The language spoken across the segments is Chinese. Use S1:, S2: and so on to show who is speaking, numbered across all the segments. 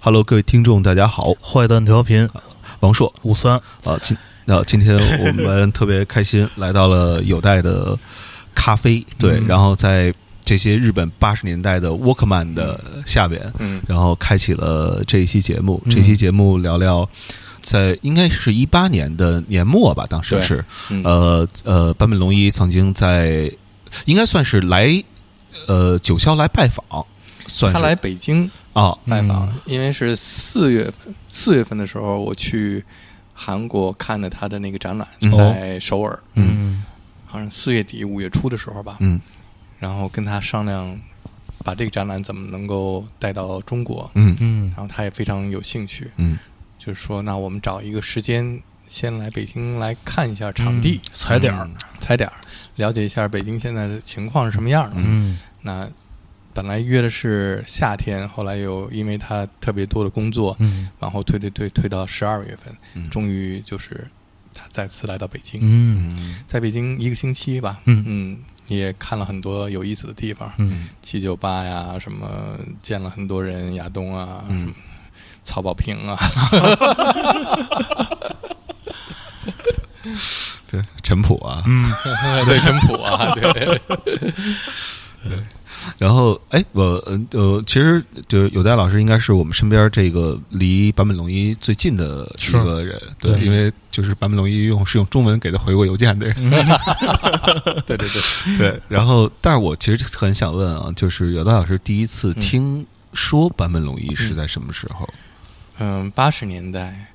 S1: Hello，各位听众，大家好，
S2: 坏蛋调频
S1: 王硕
S2: 五三，
S1: 啊，今啊今天我们特别开心来到了有代的咖啡，对，
S2: 嗯
S1: 然后在这些日本八十年代的 Walkman 的下边，
S3: 嗯，
S1: 然后开启了这一期节目。
S2: 嗯
S1: 这期节目聊聊在应该是一八年的年末吧，当时
S3: 对
S1: 是
S3: 嗯
S1: 呃呃，坂本龙一曾经在应该算是来呃九霄来拜访，算
S3: 他
S1: 是
S3: 来北京
S1: 啊
S3: 拜访，因为是四月份，四月份的时候我去韩国看的他的那个展览
S1: 嗯，
S3: 在首尔，
S2: 嗯
S3: 好像四月底五月初的时候吧，
S1: 嗯
S3: 然后跟他商量把这个展览怎么能够带到中国，
S1: 嗯
S2: 嗯
S3: 然后他也非常有兴趣，
S1: 嗯
S3: 就是说那我们找一个时间。先来北京来看一下场地，
S2: 嗯踩点儿，
S3: 踩点儿，了解一下北京现在的情况是什么样的。
S2: 嗯
S3: 那本来约的是夏天，后来又因为他特别多的工作，
S2: 嗯
S3: 然后推推推推到十二月份，
S1: 嗯
S3: 终于就是他再次来到北京，
S2: 嗯
S1: 嗯
S3: 在北京一个星期吧，
S2: 嗯
S3: 嗯，也看了很多有意思的地方，
S2: 嗯
S3: 七九八呀，什么见了很多人，亚东啊，什
S1: 嗯
S3: 么曹保平 啊，
S1: 对，陈普啊，
S2: 嗯，
S3: 对，陈普啊， 对，
S1: 然后，哎，我呃呃，其实就有戴老师应该是我们身边这个离坂本龙一最近的一
S2: 是
S1: 个人，对，
S2: 对
S1: 因为就是坂本龙一用是用中文给他回过邮件的人，
S3: 对对对，
S1: 对。然后，但是我其实很想问啊，就是有戴老师第一次听说坂本龙一是在什么时候？
S3: 嗯，八十年代，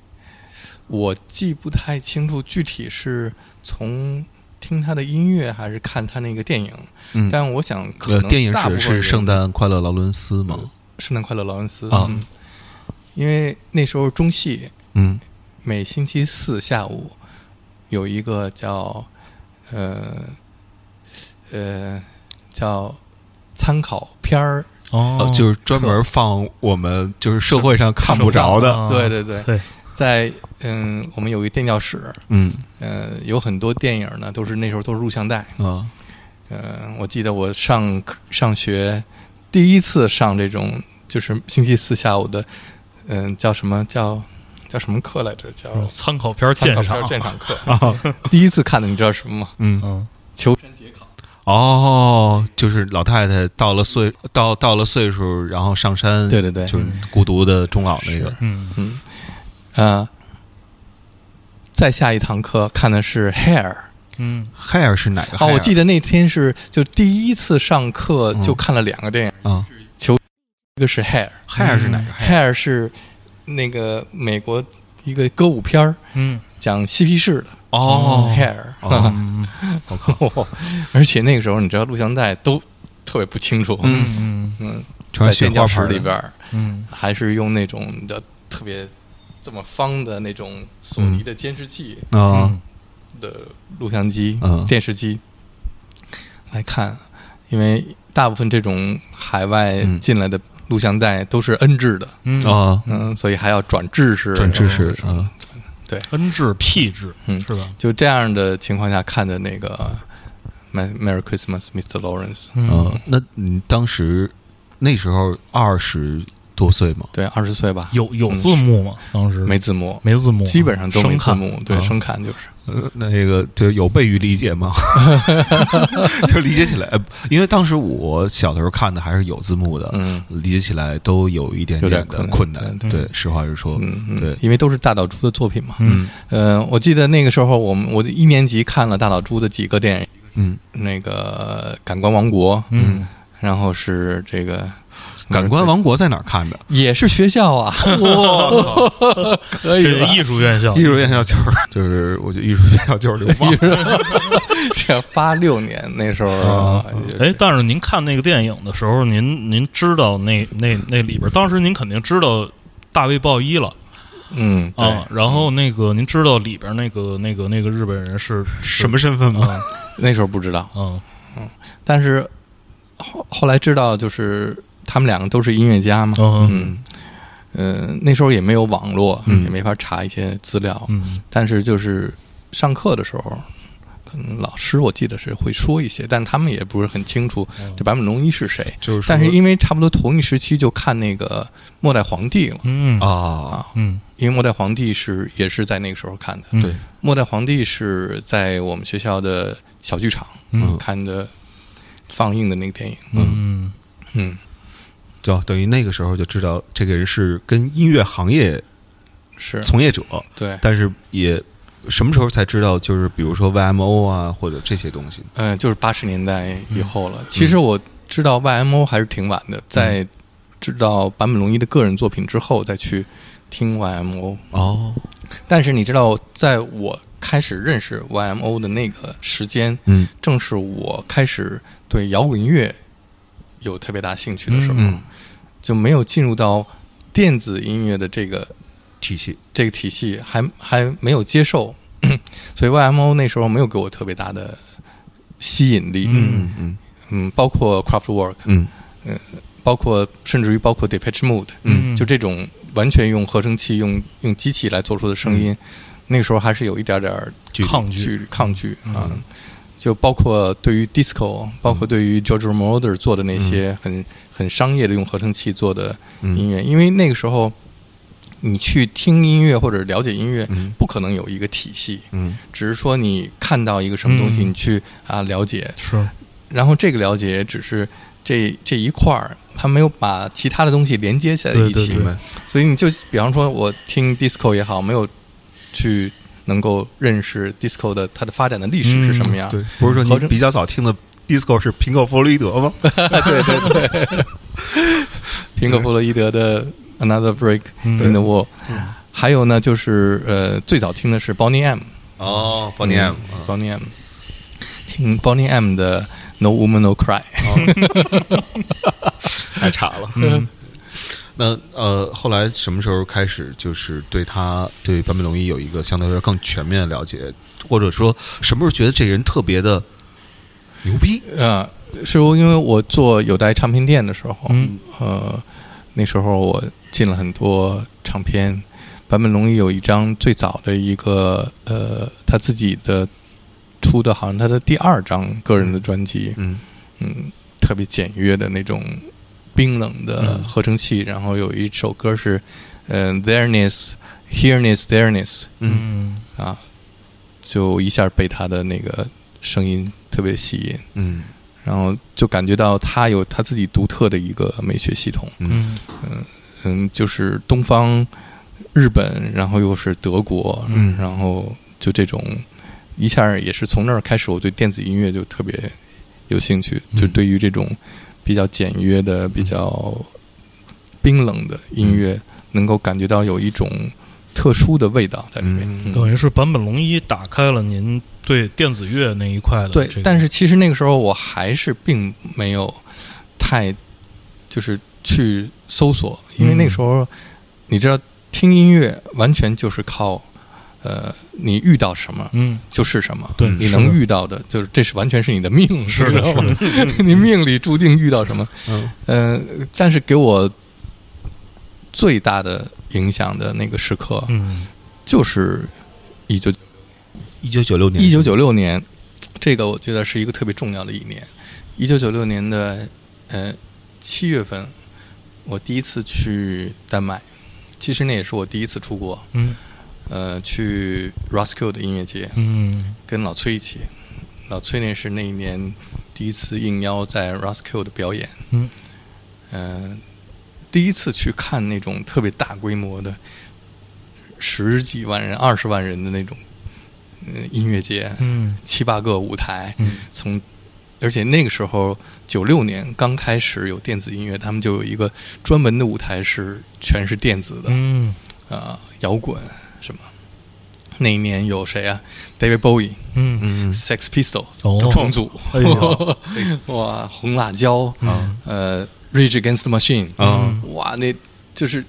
S3: 我记不太清楚具体是从听他的音乐还是看他那个电影，
S1: 嗯，
S3: 但我想可
S1: 呃，
S3: 能
S1: 电影
S3: 大部
S1: 是
S3: 分
S1: 是《
S3: 人
S1: 圣诞快乐劳伦斯》吗？
S3: 圣诞快乐，劳伦斯
S1: 啊
S3: 嗯因为那时候中戏
S1: 嗯
S3: 每星期四下午有一个叫呃呃叫参考片儿，
S2: 哦
S1: 呃，，就是专门放我们就是社会上看不着的，
S2: 啊
S3: 对对对，
S2: 对
S3: 在嗯我们有一电教室，
S1: 嗯
S3: 呃有很多电影呢都是那时候都是录像带，
S1: 啊，
S3: 呃我记得我上课上学第一次上这种就是星期四下午的，嗯、叫什么叫叫什么课来着？叫
S2: 嗯参考片儿
S3: 参
S2: 鉴
S3: 考片
S2: 赏
S3: 儿鉴赏课。第一次看的你知道什么吗？
S1: 嗯。
S2: 嗯
S3: 求山解考。
S1: 哦，就是老太太到了岁到到了岁数，然后上山，
S3: 对对对，
S1: 就是孤独的终老那个
S3: 是
S2: 嗯
S3: 嗯，呃，再下一堂课看的是 hair。
S2: 嗯
S1: hair 是哪个 hair？
S3: 哦，我记得那天是就第一次上课
S1: 嗯
S3: 就看了两个电影，
S1: 啊
S3: 一个是 hair，hair
S1: ，hair 是哪个嗯 hair？
S3: 是那个美国一个歌舞片儿，
S2: 嗯
S3: 讲嬉皮士的。嗯
S1: 哦
S3: ，hair，
S1: 哦
S2: 嗯
S3: 而且那个时候你知道录像带都特别不清楚，
S1: 嗯
S2: 嗯
S3: 嗯，
S1: 全
S3: 在
S1: 是雪
S3: 电
S1: 花
S3: 教
S1: 牌
S3: 室
S1: 儿的
S3: 里边儿
S2: 嗯
S3: 还是用那种的特别这么方的那种索
S1: 嗯
S3: 尼的监视器
S1: 啊，
S3: 的录像机、
S1: 嗯
S3: 电视机来看，因为大部分这种海外
S1: 嗯
S3: 进来的录像带都是 N 制的，
S2: 嗯
S1: 啊，
S3: 嗯，所以还要转制式，
S1: 转知
S3: 然
S1: 识
S3: 后就是
S1: 啊，
S2: ，N 制 P 制，
S3: 嗯
S2: 是吧？
S3: 就这样的情况下看的那个《Merry Christmas, Mr. Lawrence》，
S2: 嗯
S1: 嗯，那你当时那时候二十多岁吗？
S3: 对，二十岁吧，
S2: 有有字幕吗？当时
S3: 没字幕，
S2: 没字幕，
S3: 基本上都没字
S2: 声看
S3: 幕，对
S1: 啊，
S3: 声看就是，
S1: 呃那个就有悖于理解吗？ 就理解起来，呃因为当时我小的时候看的还是有字幕的，
S3: 嗯
S1: 理解起来都有一点
S3: 有
S1: 点
S3: 点
S1: 的困
S3: 困
S1: 难
S3: 难。
S2: 对
S1: 对，实话实说，
S3: 嗯嗯
S1: 对，
S3: 因为都是大岛渚的作品嘛，
S2: 嗯
S3: 呃，我记得那个时候我，们我一年级看了大岛渚的几个电影，
S1: 嗯，
S3: 那个《感官王国》，
S2: 嗯
S3: 然后是这个
S1: 《感官王国》在哪儿看的？
S3: 也是学校啊，
S1: 哇，
S3: 可
S2: 这
S3: 以
S2: 是
S3: 吧？
S2: 艺术院校
S1: 艺，术院校就是就是，我觉得 艺术院校就是流氓。
S3: 这八六年那时候啊，
S2: 哎，但是您看那个电影的时候，您您知道那那那里边，当时您肯定知道大卫鲍伊了
S3: 嗯，对
S2: 啊。然后那个您知道里边那个那个那个日本人是是
S1: 什么身份吗？
S2: 啊
S3: 那时候不知道，
S2: 啊
S3: 但是后后来知道，就是他们两个都是音乐家嘛，
S2: 嗯
S3: 嗯，呃，那时候也没有网络，
S1: 嗯
S3: 也没法查一些资料，
S2: 嗯
S3: 但是就是上课的时候，可能老师我记得是会说一些，但是他们也不是很清楚这坂本龙一是谁。
S1: 啊就是说
S3: 但是因为差不多同一时期就看那个《末代皇帝》了，
S2: 嗯
S1: 啊，
S2: 嗯
S3: 因为《末代皇帝是》也是在那个时候看的，
S2: 嗯
S1: 对
S3: 《末代皇帝》是在我们学校的小剧场
S2: 嗯
S3: 看的放映的那个电影。
S2: 嗯
S3: 嗯，
S1: 就等于那个时候就知道这个人是跟音乐行业
S3: 是
S1: 从业者，
S3: 对，
S1: 但是也什么时候才知道？就是比如说 YMO 啊，或者这些东西。
S3: 嗯、就是八十年代以后
S1: 嗯
S3: 了。其实我知道 YMO 还是挺晚的，在知道坂本龙一的个人作品之后再去听 YMO。
S1: 哦，
S3: 但是你知道，在我开始认识 YMO 的那个时间，
S1: 嗯
S3: 正是我开始对摇滚乐有特别大兴趣的时候，
S1: 嗯，
S3: 就没有进入到电子音乐的这个
S1: 体系
S3: 这个体系还还没有接受， 所以 YMO 那时候没有给我特别大的吸引力。
S2: 嗯
S1: 嗯嗯
S3: 嗯包括 Kraftwerk，
S1: 嗯
S3: 包括甚至于包括 Depeche Mode，
S1: 嗯
S3: 就这种完全用合成器、用用机器来做出的声音，那个时候还是有一点点儿
S1: 距离
S2: 抗拒
S3: 距抗拒啊。
S1: 嗯
S3: 就包括对于 disco，包括对于 George Moroder 做的那些很很商业的用合成器做的
S1: 嗯
S3: 音乐，因为那个时候你去听音乐或者了解音乐，
S1: 嗯
S3: 不可能有一个体系，
S1: 嗯
S3: 只是说你看到一个什么东西，
S2: 嗯
S3: 你去啊了解，
S2: 是
S3: 然后这个了解只是这这一块儿，它没有把其他的东西连接在一
S2: 对
S3: 起，
S1: 明白
S3: 所以你就比方说我听 disco 也好，没有去能够认识 disco 的它的发展的历史是什么样，
S1: 对，不是说
S3: 合
S1: 你
S3: 成
S1: 比较早听的 disco 是苹果弗洛伊德吗？
S3: 对 对对， 苹果弗洛伊德的 Another Break
S2: 嗯
S3: in the Wall，、还有呢就是呃最早听的是 Bonnie M。
S1: 哦，放年
S3: 嗯 Bonnie M，听 Bonnie M 的 No Woman No Cry，
S1: 太差了。
S2: 嗯
S1: 那呃，后来什么时候开始就是对他对坂本龙一有一个相对来说更全面的了解，或者说什么时候觉得这人特别的牛逼？
S3: 呃，是我因为我做有代唱片店的时候，
S2: 嗯
S3: 呃，那时候我进了很多唱片，坂本龙一有一张最早的一个呃他自己的出的，好像他的第二张个人的专辑，
S1: 嗯
S3: 嗯，特别简约的那种冰冷的
S2: 嗯
S3: 合成器，然后有一首歌是嗯、t h e r e n e s Here-ness, There-ness。
S2: 嗯
S3: 啊，就一下被他的那个声音特别吸引，
S1: 嗯
S3: 然后就感觉到他有他自己独特的一个美学系统，
S1: 嗯
S2: 嗯
S3: 嗯，就是东方、日本，然后又是德国，
S1: 嗯
S3: 然后就这种一下也是从那儿开始，我对电子音乐就特别有兴趣，
S2: 嗯
S3: 就对于这种比较简约的、比较冰冷的音
S1: 嗯
S3: 乐，能够感觉到有一种特殊的味道在里面。
S1: 嗯
S3: 嗯
S2: 等于是坂本龙一打开了您对电子乐那一块的
S3: 对
S2: 这个，
S3: 但是其实那个时候我还是并没有太就是去搜索，因为那
S2: 嗯
S3: 个时候、你知道听音乐完全就是靠呃你遇到什么
S2: 嗯
S3: 就是什么，
S2: 对
S1: 嗯
S3: 你
S2: 是的
S3: 能遇到的就是这是完全是你的命，
S2: 是
S3: 你知
S2: 的嗯
S3: 道吗
S2: 是
S3: 你命里注定遇到什么，
S1: 嗯
S3: 呃，但是给我最大的影响的那个时刻
S2: 嗯
S3: 就是一九
S1: 一九九六年，
S3: 一九九六年，这个我觉得是一个特别重要的一年。一九九六年的呃七月份，我第一次去丹麦，其实那也是我第一次出国。
S2: 嗯
S3: 呃，去 Roskilde 的音乐节，
S2: 嗯
S3: 跟老崔一起。老崔那是那一年第一次应邀在 Roskilde 的表演。
S2: 嗯
S3: 嗯、第一次去看那种特别大规模的十几万人、二十万人的那种嗯、音乐节，
S2: 嗯
S3: 七八个舞台，
S2: 嗯
S3: 从而且那个时候九六年刚开始有电子音乐，他们就有一个专门的舞台是全是电子的啊、
S2: 嗯
S3: 呃摇滚什么。那一年有谁啊？David Bowie、
S2: 嗯
S1: 嗯
S3: Sex Pistols、
S2: 哦
S3: 重组，
S2: 哎呦
S3: 哇，红辣椒，
S2: 嗯
S3: 呃，Rage Against the Machine，、
S1: 啊，
S3: 哇，那就是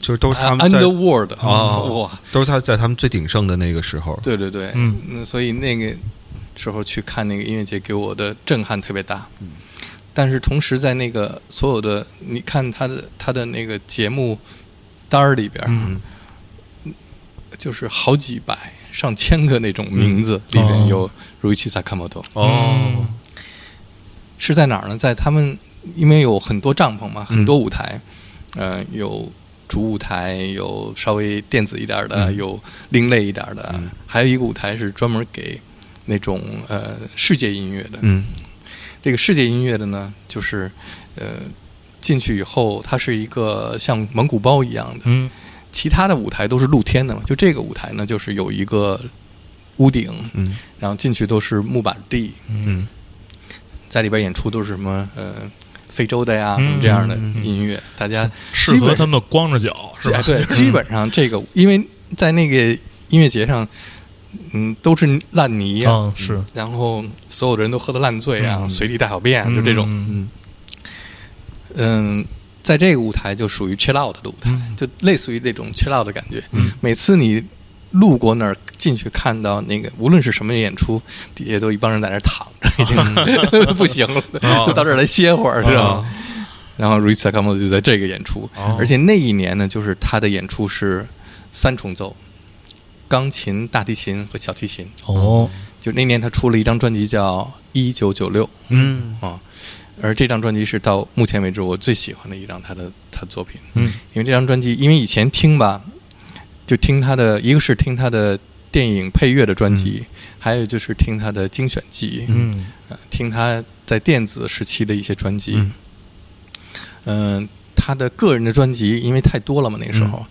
S1: 就是都是他们在
S3: Underworld 啊、
S1: 哦
S3: 哇，
S1: 都是他在他们最鼎盛的那个时候。
S3: 对对对，
S2: 嗯
S3: 那所以那个时候去看那个音乐节，给我的震撼特别大。但是同时在那个所有的，你看他的他的那个节目单儿里边，
S2: 嗯
S1: 嗯
S3: 就是好几百上千个那种名字，里面有如一奇萨卡莫多，
S2: 嗯
S1: 哦，
S3: 是在哪儿呢？在他们因为有很多帐篷嘛，
S1: 嗯
S3: 很多舞台，呃，有主舞台，有稍微电子一点儿的，
S1: 嗯
S3: 有另类一点儿的，
S1: 嗯
S3: 还有一个舞台是专门给那种呃世界音乐的。
S1: 嗯
S3: 这个世界音乐的呢，就是呃进去以后，它是一个像蒙古包一样的，
S2: 嗯
S3: 其他的舞台都是露天的嘛，就这个舞台呢，就是有一个屋顶，
S1: 嗯
S3: 然后进去都是木板地，
S1: 嗯
S3: 在里边演出都是什么呃非洲的呀、
S2: 嗯
S3: 什么这样的
S1: 嗯嗯
S3: 音乐，大家
S2: 适
S3: 基
S2: 合
S3: 本
S2: 他们光着脚是吧
S3: 哎？对，基本上这个，因为在那个音乐节上，嗯，都是烂泥呀、
S2: 嗯是
S3: 然后所有的人都喝得烂醉啊，
S1: 嗯
S3: 随地大小便啊，就这种，
S2: 嗯
S1: 嗯
S3: 嗯。在这个舞台就属于 chill out 的舞台，
S2: 嗯
S3: 就类似于那种 chill out 的感觉。
S1: 嗯
S3: 每次你路过那儿进去看到那个，无论是什么演出，底下都一帮人在那儿躺着，已经 不行了，就到这儿来歇会儿，知
S2: 哦
S3: 道吗？
S2: 啊
S3: 然后 r i s a k a m o 就在这个演出，
S1: 哦
S3: 而且那一年呢，就是他的演出是三重奏，钢琴、大提琴和小提琴。
S2: 哦
S3: 就那年他出了一张专辑叫《一九九六》
S1: 嗯
S3: 啊，而这张专辑是到目前为止我最喜欢的一张他的他的作品。
S2: 嗯
S3: 因为这张专辑，因为以前听吧，就听他的，一个是听他的电影配乐的专辑，还有就是听他的精选集，
S2: 嗯
S3: 呃听他在电子时期的一些专辑。
S1: 嗯
S3: 嗯、他的个人的专辑，因为太多了嘛，那个时候，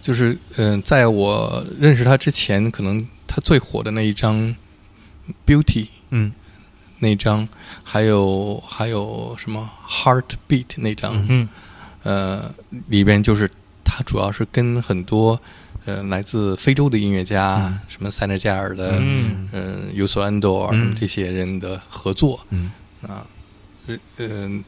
S3: 就是嗯、呃在我认识他之前，可能他最火的那一张《Beauty》
S1: 嗯
S3: 那一张，还有还有什么《Heartbeat》那张。
S2: 嗯
S3: 呃，里边就是他主要是跟很多呃来自非洲的音乐家，
S1: 嗯
S3: 什么塞内加尔的，
S2: 嗯
S3: 嗯、尤索安多尔、
S1: 嗯
S3: 这些人的合作
S1: 嗯
S3: 啊，呃嗯、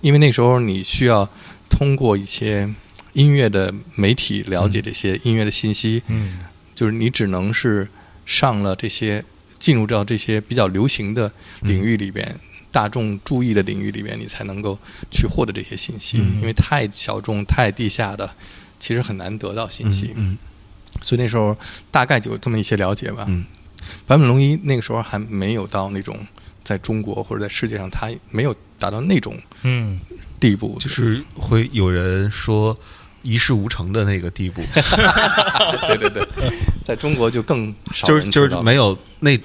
S3: 因为那时候你需要通过一些音乐的媒体了解这些音乐的信息，
S2: 嗯
S3: 就是你只能是上了这些进入到这些比较流行的领域里边。
S1: 嗯
S3: 大众注意的领域里边，你才能够去获得这些信息，
S2: 嗯
S3: 因为太小众、太地下的，其实很难得到信息。
S1: 嗯
S3: 所以那时候大概就有这么一些了解吧。
S1: 嗯
S3: 坂本龙一那个时候还没有到那种在中国或者在世界上，他没有达到那种
S2: 嗯
S3: 地步，
S1: 就是会有人说一事无成的那个地步，
S3: 对对对， 在中国就更少
S1: 就是
S3: 人知
S1: 就
S3: 道
S1: 是没有那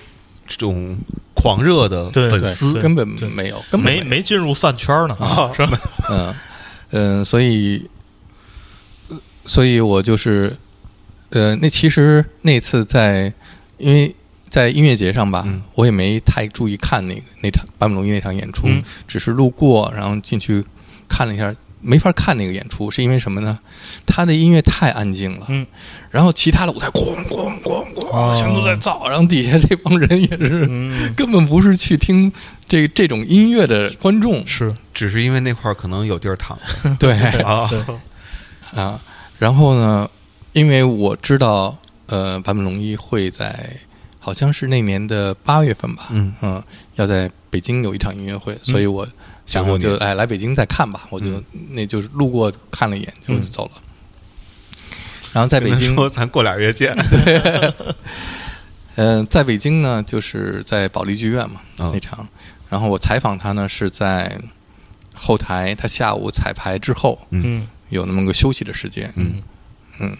S1: 种狂热的
S2: 对
S1: 粉
S3: 对
S1: 丝，
S3: 根本没有，根本
S2: 没
S3: 有
S2: 没进入饭圈呢
S3: 啊
S2: 是吧？
S3: 嗯嗯，所以，呃所以我就是，呃，那其实那次在，因为在音乐节上吧，
S1: 嗯
S3: 我也没太注意看那个那场坂本龙一那场演出，
S2: 嗯
S3: 只是路过，然后进去看了一下，没法看那个演出，是因为什么呢？他的音乐太安静了，
S2: 嗯，
S3: 然后其他的舞台咣咣咣
S2: 哦
S3: 咣全都在造，然后底下这帮人也是。
S2: 嗯
S3: 根本不是去听这这种音乐的观众，
S2: 是
S1: 只是因为那块儿可能有地儿躺
S3: 对，
S1: 啊，
S3: 啊，然后呢，因为我知道，呃，坂本龙一会在好像是那年的八月份吧，
S1: 嗯
S3: 嗯，要在北京有一场音乐会，所以我想
S1: 96
S3: 我就哎来北京再看吧，我就、
S1: 嗯
S3: 那就是路过看了一眼，就
S2: 嗯
S3: 就走了。然后在北京
S1: 嗯跟他，说咱过俩月见，
S3: 嗯、在北京呢，就是在保利剧院嘛、
S1: 嗯
S3: 那场，然后我采访他呢是在后台，他下午彩排之后
S2: 嗯
S3: 有那么个休息的时间，
S1: 嗯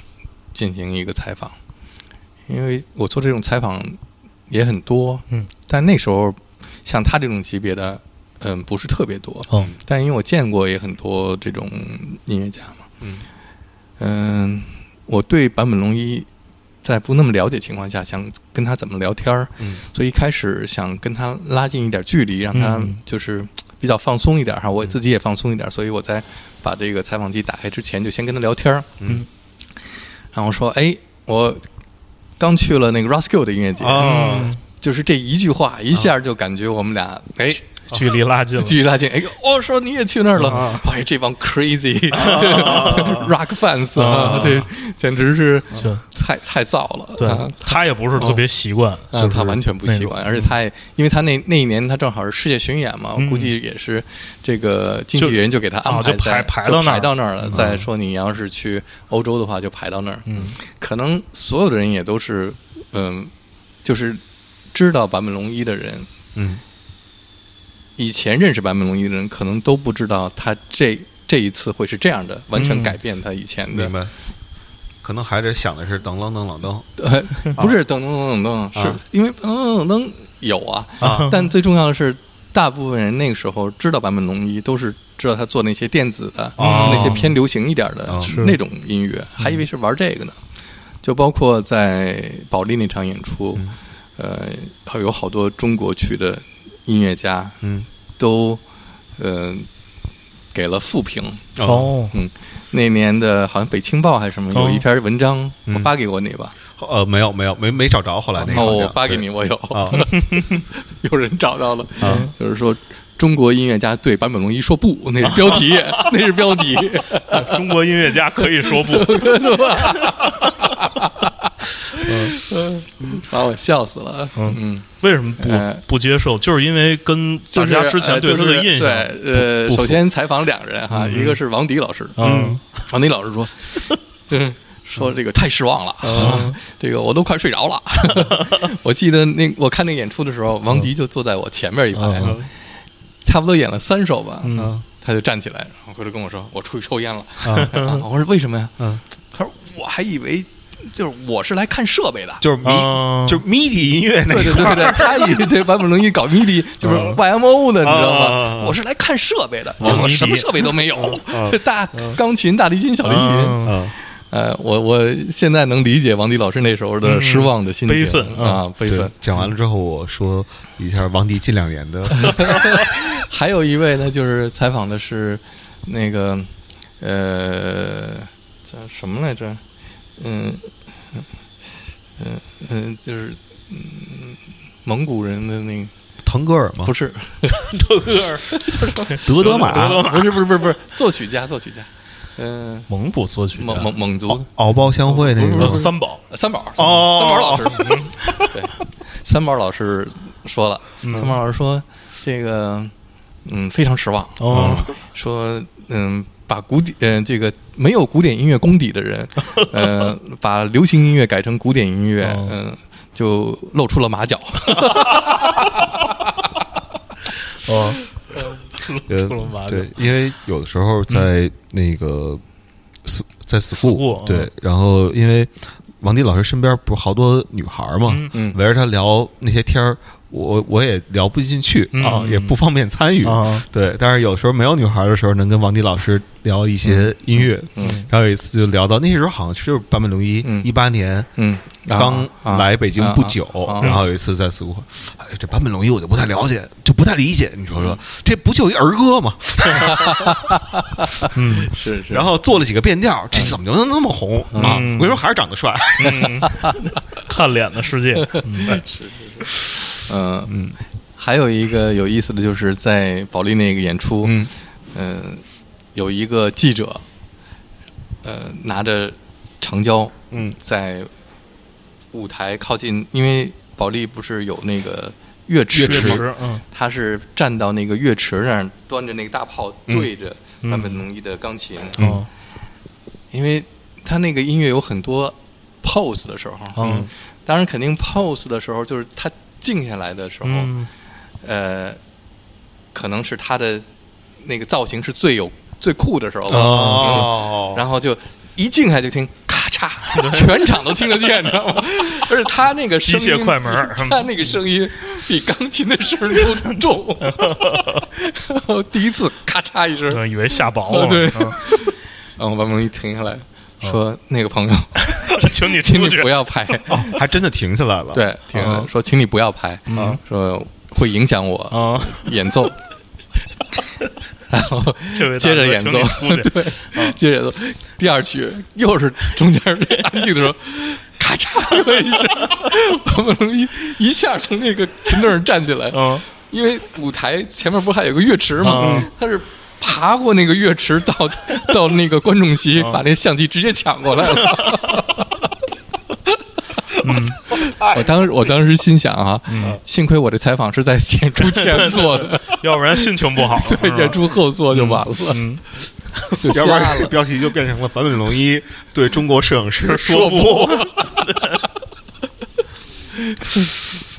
S3: 进行一个采访，因为我做这种采访也很多，
S2: 嗯，
S3: 但那时候像他这种级别的，嗯，不是特别多，
S2: 哦
S3: 但因为我见过也很多这种音乐家嘛，
S1: 嗯
S3: 嗯，我对坂本龙一在不那么了解情况下，想跟他怎么聊天儿，
S1: 嗯
S3: 所以一开始想跟他拉近一点距离，让他
S2: 嗯
S3: 就是比较放松一点哈，我自己也放松一点，所以我在把这个采访机打开之前，就先跟他聊天儿，
S2: 嗯，
S3: 然后说，哎，我刚去了那个 Roscoe 的音乐节，
S2: 哦
S1: 啊，
S3: 就是这一句话，一下就感觉我们俩哎。
S2: 距离拉 近了
S3: 距离拉近，哎，哦，说你也去那儿了，
S2: 啊
S3: 哎，这帮 crazy rock fans 啊
S2: 啊，
S3: 这简直是
S2: 是
S3: 太太燥了。啊
S2: 对，他也不是特别习惯，
S3: 啊，
S2: 就是
S3: 他完全不习惯，而且他也，因为他那那一年他正好是世界巡演嘛，
S2: 嗯
S3: 我估计也是这个经纪人就给他安
S2: 就
S3: 排在
S2: 啊就排排
S3: 就
S2: 到那儿嗯
S3: 排到那儿了。再说你要是去欧洲的话，就排到那儿，
S2: 那种，
S3: 可能所有的人也都是嗯、就是知道坂本龙一的人，
S1: 嗯
S3: 以前认识坂本龙一的人，可能都不知道他这这一次会是这样的，完全
S2: 嗯
S3: 改变他以前的
S1: 明。白。可能还得想的是噔啷噔啷 噔
S3: 呃，不是噔噔噔噔噔，是
S1: 啊
S3: 因为噔噔噔噔有啊，
S1: 啊，
S3: 但最重要的是，大部分人那个时候知道坂本龙一，都是知道他做那些电子的、
S1: 哦
S3: 那些偏流行一点的、
S1: 哦嗯
S2: 是
S3: 那种音乐，还以为是玩这个呢。就包括在保利那场演出，
S1: 嗯
S3: 呃，有好多中国区的音乐家
S1: 嗯
S3: 都呃给了负评。
S2: 哦，
S3: 那年的好像北青报还是什么，
S2: 哦
S3: 有一篇文章，
S1: 嗯
S3: 我发给过你吧？
S1: 呃，没有没有没没找着，后来那
S3: 然
S1: 个
S3: 后
S1: 好
S3: 哦我
S1: 像
S3: 发给
S1: 对
S3: 你，我有，
S1: 啊
S3: 有人找到了。
S1: 啊，
S3: 就是说中国音乐家对坂本龙一说不，那是标 题，那是标题。
S2: 哦中国音乐家可以 说不，
S3: 把我笑死了。
S2: 嗯
S3: 嗯，
S2: 为什么不
S3: 呃
S2: 不接受？就是因为跟大
S3: 就是
S2: 家之前
S3: 呃
S2: 对他的
S3: 就是
S2: 印象，啊
S3: 对，呃，
S1: 不符
S3: 首先采访两人哈，一个是王迪老师，
S2: 嗯，
S3: 王迪老师说， 嗯，说这个太失望了，
S2: 嗯
S3: 这个我都快睡着了。 我记得那我看那演出的时候，王迪就坐在我前面一排
S1: 嗯，
S3: 差不多演了三首吧，
S1: 嗯
S3: 他就站起来，然后回头跟我说，我出去抽烟了。
S1: 啊，
S3: 啊 我说为什么呀？
S1: 嗯，
S3: 他说我还以为就是我是来看设备的。
S1: 就是迷
S3: 哦
S2: 啊
S1: 就是 MIDI 音乐那
S3: 对
S1: 一
S3: 对
S1: 块
S3: 对
S1: 儿
S3: 对，他以为这版本龙一搞 MIDI 就是 YMO 的，你知道
S2: 啊啊啊
S3: 吗？我是来看设备的，
S2: 啊
S3: 结果
S2: MIDI
S3: 什么设备都没有， 大钢琴、大提琴、小提琴。
S2: 嗯
S1: 嗯，
S3: 呃，我我现在能理解王迪老师那时候的失望的心情，
S2: 嗯悲愤
S3: 啊，悲
S1: 对
S3: 愤。
S1: 讲完了之后，我说一下王迪近两年的
S3: 还有一位呢，就是采访的是那个呃叫什么来着？嗯嗯嗯、呃就是嗯蒙古人的那个
S1: 腾格尔吗
S3: 不？是
S1: 德德玛、
S3: 不是不是不是不是作曲家作曲家，嗯、
S2: 蒙古作曲家
S3: 蒙蒙蒙族
S1: 敖包相会那
S2: 呃
S1: 个
S2: 三宝，
S3: 三宝
S1: 哦
S3: 三宝老师、嗯对，三宝老师说了，
S1: 嗯
S3: 三宝老师说这个嗯非常失望，
S2: 哦
S3: 说嗯，把古典嗯、这个没有古典音乐功底的人，呃，把流行音乐改成古典音乐，
S2: 哦
S3: 嗯、就露出了 马脚。
S2: 哦，
S1: 呃
S2: 出了麻嗯
S1: 对，因为有的时候在那个 s 在 school
S2: school，
S1: 对，然后因为王迪老师身边不是好多女孩儿嘛，
S2: 嗯
S3: 嗯
S1: 围着他聊那些天儿，我我也聊不进去
S2: 嗯
S1: 啊，也不方便参与。
S2: 啊，
S1: 对，但是有时候没有女孩儿的时候，能跟王迪老师聊一些音乐。
S3: 嗯
S1: 然后有一次就聊到那时候好像就是坂本龙一
S3: 嗯
S1: 一八年
S3: 嗯，啊
S1: 刚来北京不久，
S3: 啊啊啊
S1: 然后有一次在 school，哎，这坂本龙一我就不太了解，就不太理解。你
S3: 嗯
S1: 说说，这不就一儿歌吗？
S2: 嗯
S3: 是 是，
S1: 然后做了几个变调，这怎么就能那么红啊？
S2: 嗯
S1: 我跟你说，还是长得帅。
S2: 嗯，看脸的世界，嗯
S3: 嗯嗯，还有一个有意思的就是在保利那个演出，
S1: 嗯
S3: 嗯、有一个记者，呃，拿着长焦，
S1: 嗯
S3: 在舞台靠近，因为保利不是有那个乐池
S1: 乐池
S3: 吗？
S2: 是嗯
S3: 他是站到那个乐池那儿，端着那个大炮
S1: 嗯
S3: 对着坂本龙一的钢琴，
S2: 哦
S3: 因为他那个音乐有很多 pose 的时候，
S2: 嗯
S3: 当然肯定 pose 的时候就是他静下来的时候，
S2: 嗯
S3: 呃，可能是他的那个造型是最有最酷的时候吧，嗯
S1: 哦，
S3: 然后就一静下来就听咔嚓， 全场都听得见，你知道吗？而且他那个声音
S2: 机械快门儿
S3: 他那个声音比钢琴的声儿都重。然后第一次咔嚓一声，
S2: 嗯，以为吓薄了，
S3: 对
S2: 嗯
S3: 然后把门一停下来，说：“那个朋友，
S2: 请你
S3: 请
S2: 啊出
S3: 你
S2: 去啊
S3: 不，要拍。
S1: 哦还真的停下来了。”
S3: 对，停下来说：“请你不要拍，
S2: 嗯
S3: 说会影响我
S2: 啊，
S3: 演奏。”然后
S2: 这位大哥
S3: 接着演奏
S2: 请你出去，
S3: 对，接着演奏第二曲又是中间安静的时候，咔嚓又一声，我们一一下从那个琴凳上站起来，
S2: 嗯
S3: 因为舞台前面不是还有个乐池吗
S2: 嗯？
S3: 他是爬过那个乐池到 到那个观众席，把那相机直接抢过来了。 我当时我当时心想啊，幸亏我这采访是在演出前做的，
S2: 要不然心情不好，
S3: 对，
S2: 是吧
S3: 演出后做就完了，
S2: 嗯
S3: 就
S1: 要不
S3: 瞎
S1: 然这
S3: 了。
S1: 标题就变成了坂本龙一对中国摄影师
S2: 说
S1: 不。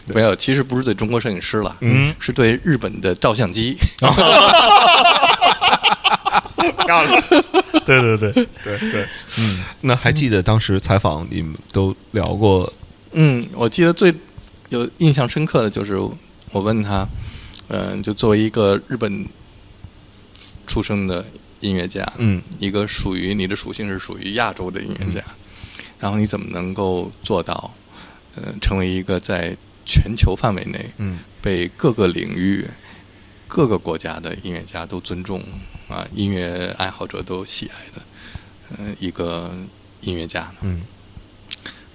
S3: 没有，其实不是对中国摄影师了，
S2: 嗯
S3: 是对日本的照相机。
S2: 漂亮，对对对，
S1: 对对，嗯，那还记得当时采访你们都聊过，
S3: 嗯，我记得最有印象深刻的就是我问他，嗯、就作为一个日本出生的音乐家，
S1: 嗯
S3: 一个属于你的属性是属于亚洲的音乐家，然后你怎么能够做到，呃，成为一个在全球范围内
S1: 嗯
S3: 被各个领域、各个国家的音乐家都尊重啊，音乐爱好者都喜爱的，呃，一个音乐家呢？
S1: 嗯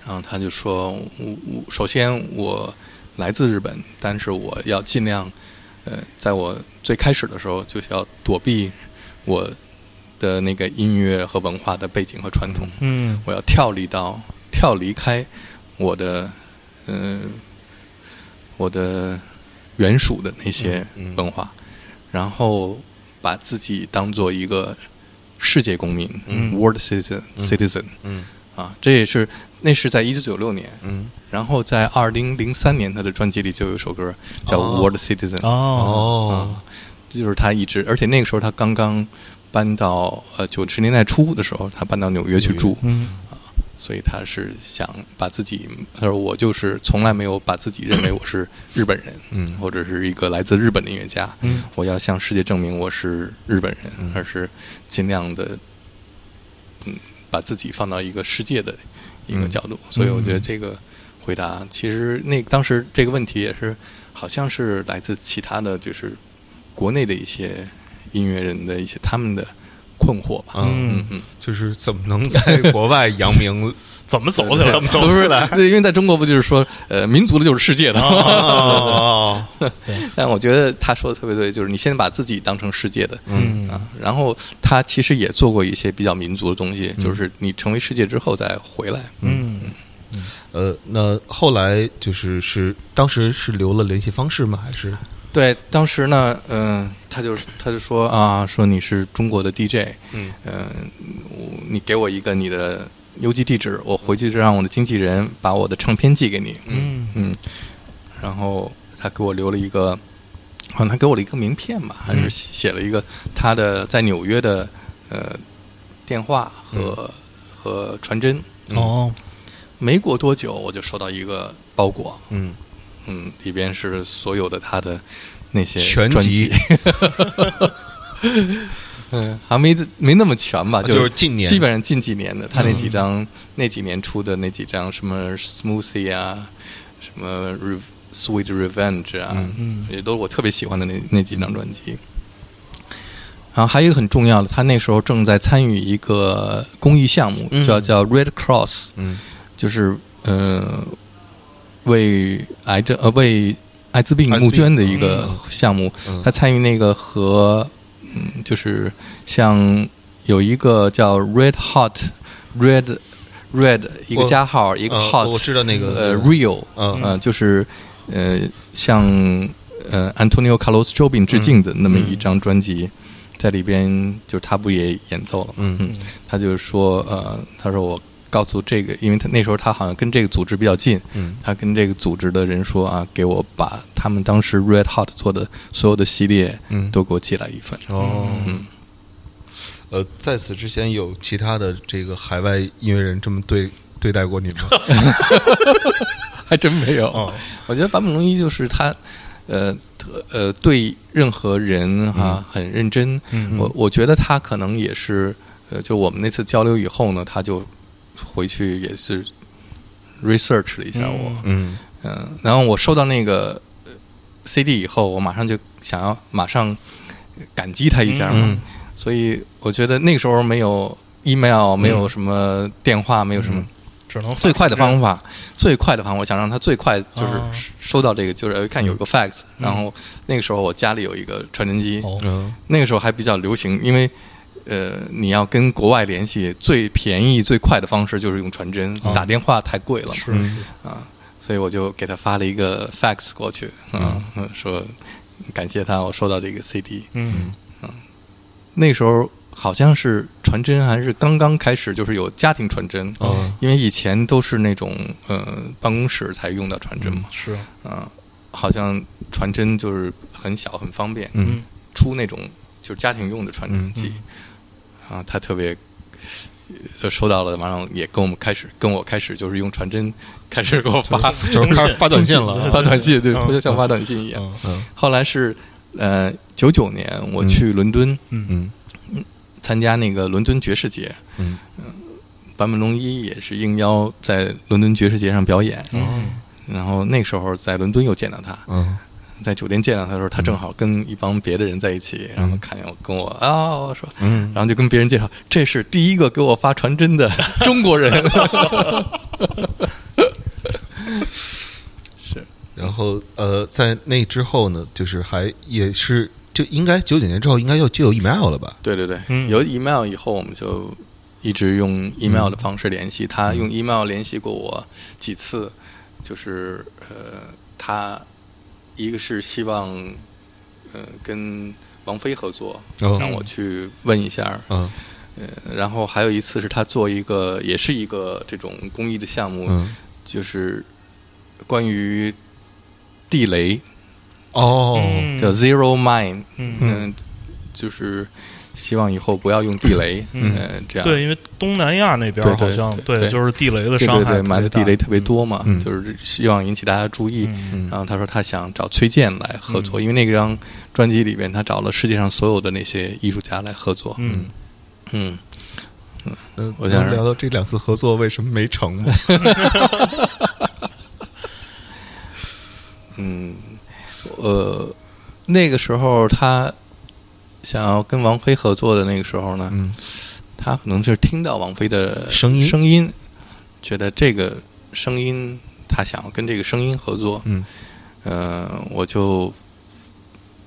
S3: 然后他就说：“我我首先我来自日本，但是我要尽量，呃，在我最开始的时候就是要躲避我的那个音乐和文化的背景和传统，
S2: 嗯
S3: 我要跳离到跳离开我的，嗯、我的原属的那些
S1: 嗯嗯
S3: 文化，然后把自己当做一个世界公民、
S1: 嗯
S3: w o r l d citizen citizen、
S1: 嗯
S3: 啊，这也是那是在一九九六年。”
S1: 嗯，
S3: 然后在二零零三年，他的专辑里就有一首歌叫《
S1: 哦
S3: World Citizen》，
S2: 哦，
S1: 哦，
S3: 这就是他一直，而且那个时候他刚刚搬到呃九十年代初的时候，他搬到纽约去住，
S2: 嗯
S3: 所以他是想把自己，他说我就是从来没有把自己认为我是日本人，
S1: 嗯
S3: 或者是一个来自日本的音乐家，
S2: 嗯
S3: 我要向世界证明我是日本人，
S1: 嗯
S3: 而是尽量的，嗯，把自己放到一个世界的一个角度。所以我觉得这个回答，其实那当时这个问题也是，好像是来自其他的就是国内的一些音乐人的一些他们的困惑吧。
S1: 嗯，
S3: 嗯
S2: 嗯，
S3: 嗯，
S1: 就是怎么能在国外扬 名？
S2: 怎么 走起来？
S3: 不是的， 对，因为在中国不就是说，呃，民族的就是世界的。
S2: 啊
S1: 哦，
S3: 但我觉得他说的特别对，就是你先把自己当成世界的，
S2: 嗯
S3: 啊，然后他其实也做过一些比较民族的东西，就是你成为世界之后再回来。
S2: 嗯，
S1: 呃，那后来就是是当时是留了联系方式吗？还是
S3: 对，当时呢，嗯、他就他就说啊，说你是中国的 DJ，
S1: 嗯
S3: 嗯、我你给我一个你的邮寄地址，我回去就让我的经纪人把我的唱片寄给你。
S2: 嗯
S3: 嗯，然后他给我留了一个，好像他给我了一个名片吧，还是
S2: 嗯
S3: 写写了一个他的在纽约的呃电话
S1: 嗯
S3: 和、和传真。
S2: 哦，
S3: 没过多久，我就收到一个包裹，
S1: 嗯，
S3: 嗯，里边是所有的他的那些
S1: 全
S3: 专
S1: 集
S3: 辑， 嗯，还没没那么全吧，
S1: 啊就是近年
S3: 啊
S1: 嗯
S3: 基本上近几年的，他那几张、那几年出的那几张什么 Smoothie 啊，什么 Re- Sweet Revenge 啊，
S2: 嗯
S3: 也都是我特别喜欢的那那几张专辑。然后还有一个很重要的，他那时候正在参与一个公益项目，
S1: 嗯
S3: 叫叫 Red Cross，
S1: 嗯
S3: 就是呃，为癌症呃为艾滋病
S1: 艾滋病
S3: 募捐的一个项目，
S1: 嗯
S3: 他参与那个和嗯，就是像有一个叫 Red Hot Red Red 一个加号一
S1: 一
S3: 个 Hot，、
S1: 啊我知道那个
S3: 呃 Real，
S1: 嗯
S3: 呃就是呃向呃 Antonio Carlos Jobim 致敬
S1: 嗯
S3: 的那么一张专辑，在里边就是他不也演奏了吗？
S1: 嗯
S3: 嗯，他就说呃，他说我告诉这个，因为他那时候他好像跟这个组织比较近，
S1: 嗯
S3: 他跟这个组织的人说啊，给我把他们当时 Red Hot 做的所有的系列
S1: 嗯
S3: 都给我寄来一份。
S1: 哦
S3: 嗯，
S1: 呃，在此之前有其他的这个海外音乐人这么对对待过你 吗？
S3: 还真没有。
S2: 哦
S3: 我觉得坂本龙一就是他，呃特呃，对任何人哈、很认真。
S2: 嗯
S3: 我我觉得他可能也是，呃，就我们那次交流以后呢，他就回去也是 research 了一下我，
S1: 嗯
S3: 嗯、然后我收到那个呃 CD 以后，我马上就想要马上感激他一下嘛，
S1: 嗯
S3: 所以我觉得那个时候没有 email，没有什么电话，没有什么。
S2: 只能
S3: 最快的方 法，最快的方法，我想让他最快就是
S2: 哦嗯
S3: 收到这个，就是哎看有个 fax，、然后那个时候我家里有一个传真机，
S2: 哦
S1: 嗯
S3: 那个时候还比较流行，因为呃你要跟国外联系，最便宜最快的方式就是用传真，
S2: 哦
S3: 打电话太贵了
S2: 是
S1: 嗯
S3: 啊，所以我就给他发了一个 fax 过去，啊、
S2: 嗯
S3: 嗯，说感谢他，我收到这个 CD，
S2: 嗯
S3: 那时候好像是传真还是刚刚开始，就是有家庭传真，
S1: 哦
S3: 因为以前都是那种呃办公室才用的传真嘛，
S2: 是，
S3: 啊，好像传真就是很小很方便，
S1: 嗯
S3: 出那种就是家庭用的传真机
S2: 嗯，
S3: 啊，他特别呃就收到了，完了也跟我们开始跟我开始就是用传真开始给我发
S1: 就是开始发短信
S2: 对
S1: 了，啊
S3: 发短信，对，
S2: 嗯
S3: 就像发短信一样。
S2: 嗯
S1: 嗯
S3: 后来是呃九九年我去伦敦
S2: 嗯
S1: 嗯
S3: 参加那个伦敦爵士节，呃
S1: 嗯
S3: 坂本龙一也是应邀在伦敦爵士节上表演，
S2: 嗯
S3: 然后那时候在伦敦又见到他，
S1: 嗯
S3: 在酒店见到他的时候，他正好跟一帮别的人在一起，然后看见我跟我啊、我说，
S1: 嗯，
S3: 然后就跟别人介绍，这是第一个给我发传真的 中国人。是，
S1: 然后呃，在那之后呢，就是还也是就应该九九年之后应该又就有 email 了吧？
S3: 对对对，
S2: 嗯
S3: 有 email 以后，我们就一直用 email 的方式联系。他用 email 联系过我几次，就是呃，他一个是希望呃跟王菲合作，
S1: 哦
S3: 让我去问一下。
S1: 嗯
S3: 呃然后还有一次是他做一个，也是一个这种公益的项目，
S1: 嗯
S3: 就是关于地雷，
S1: 哦
S3: 叫 Zero Mine，
S2: 嗯
S3: 嗯、就是希望以后不要用地雷，
S2: 嗯
S3: 呃这样
S2: 对，因为东南亚那边
S3: 对对
S2: 好像
S3: 对对
S2: 就是地雷的
S3: 对
S2: 伤
S3: 对
S2: 害特别
S3: 对，
S2: 大，
S3: 埋的地雷特别多嘛，
S1: 嗯
S3: 就是希望引起大家注意。
S2: 嗯，
S1: 嗯
S3: 然后他说他想找崔健来合作，因为那张专辑里边他找了世界上所有的那些艺术家来合作。
S2: 嗯
S3: 嗯，
S1: 嗯，
S3: 我想
S1: 能聊到这两次合作为什么没成吗？
S3: 嗯，呃，那个时候他想要跟王菲合作的那个时候呢，
S1: 嗯
S3: 他可能是听到王菲的
S1: 声音
S3: 声音，觉得这个声音他想要跟这个声音合作。
S1: 嗯
S3: 呃，我就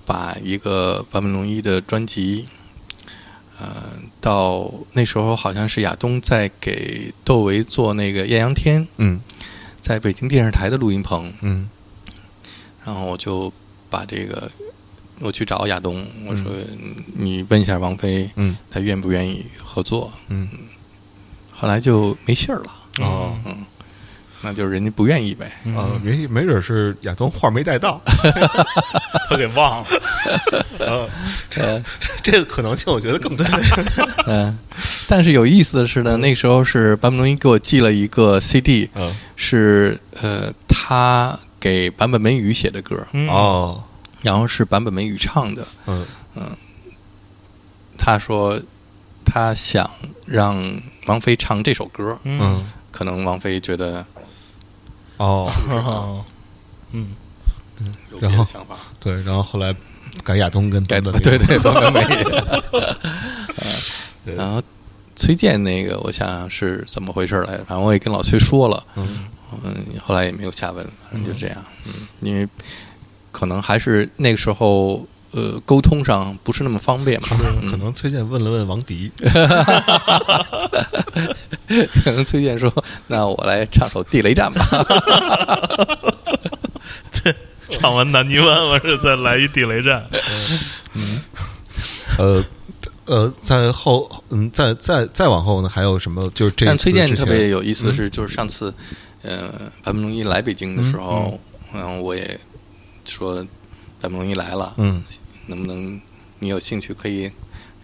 S3: 把一个坂本龙一的专辑，呃，到那时候好像是亚东在给窦唯做那个《艳阳天》，
S1: 嗯
S3: 在北京电视台的录音棚，
S1: 嗯
S3: 然后我就把这个，我去找亚东，我说、你问一下王菲，
S1: 嗯
S3: 她愿不愿意合作？
S1: 嗯
S3: 后来就没信儿了，
S1: 哦
S3: 那就是人家不愿意呗。
S1: 啊，
S2: 嗯，
S1: 没没准是亚东话没带 到，啊
S2: 他给忘了，
S3: 呃
S1: 这个可能性我觉得更大。
S3: 嗯，但是有意思的是呢，那时候是坂本龙一给我寄了一个 CD，
S1: 嗯
S3: 是呃他给坂本美宇写的歌，
S2: 嗯，
S1: 哦
S3: 然后是坂本美宇唱的。
S1: 嗯
S3: 他说他想让王菲唱这首歌，
S2: 嗯，
S1: 嗯
S3: 可能王菲觉得
S1: 哦，
S2: 哦嗯，
S3: 有别
S1: 然后
S3: 的想法，
S1: 对，然后后来改亚东跟
S3: 改
S1: 版本
S3: 对对坂本 美宇。
S1: 对
S3: 呃然后崔健那个，我想想是怎么回事来着，反正我也跟老崔说了，
S1: 嗯
S3: 嗯，后来也没有下文，反正就这样。嗯，因为可能还是那个时候，呃，沟通上不是那么方便嘛，嗯
S1: 可能崔健问了问王迪，
S3: 可能崔健说：“那我来唱首《地雷战》吧。
S2: 唱完南泥湾，完事再来一地雷战，
S1: 呃呃，在后嗯，再再再往后呢，还有什么？就是”这
S3: 但
S1: 次
S3: 崔健
S1: 之
S3: 特
S1: 前嗯
S3: 别有意思的是，就是上次，呃，坂本龙一来北京的时候，然后我也说坂本龙一来了，
S1: 嗯
S3: 能不能你有兴趣可以，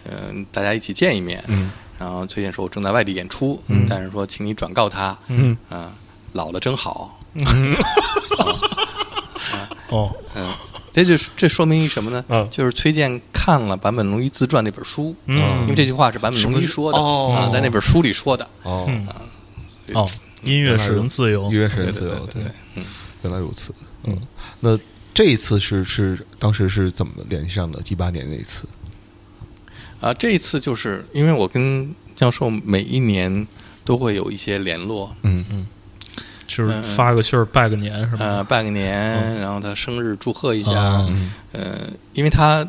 S3: 嗯，大家一起见一面。
S1: 嗯
S3: 然后崔健说：“我正在外地演出，但是说请你转告他，
S1: 嗯
S3: 啊，老了真好。
S2: 哦，”
S3: 嗯，这就是这说明什么呢？
S1: 嗯
S3: 就是崔健看了坂本龙一自传那本书，
S2: 嗯
S3: 因为这句话是坂本龙一说的
S1: 什么哦
S3: 啊，在那本书里说的。
S1: 哦，
S2: 嗯哦，音乐使人自由
S1: 音，乐是
S3: 对
S1: 人
S3: 对
S1: 自
S3: 对
S1: 由，
S3: 对对，嗯，
S1: 原来如此。嗯，那这一次是是当时是怎么联系上的？一八年那一次，
S3: 啊，这一次就是因为我跟教授每一年都会有一些联络，
S1: 嗯嗯
S2: 就是发个信儿拜个年是吧？
S3: 呃，拜个年，然后他生日祝贺一下
S2: 啊，
S1: 嗯
S3: 呃，因为他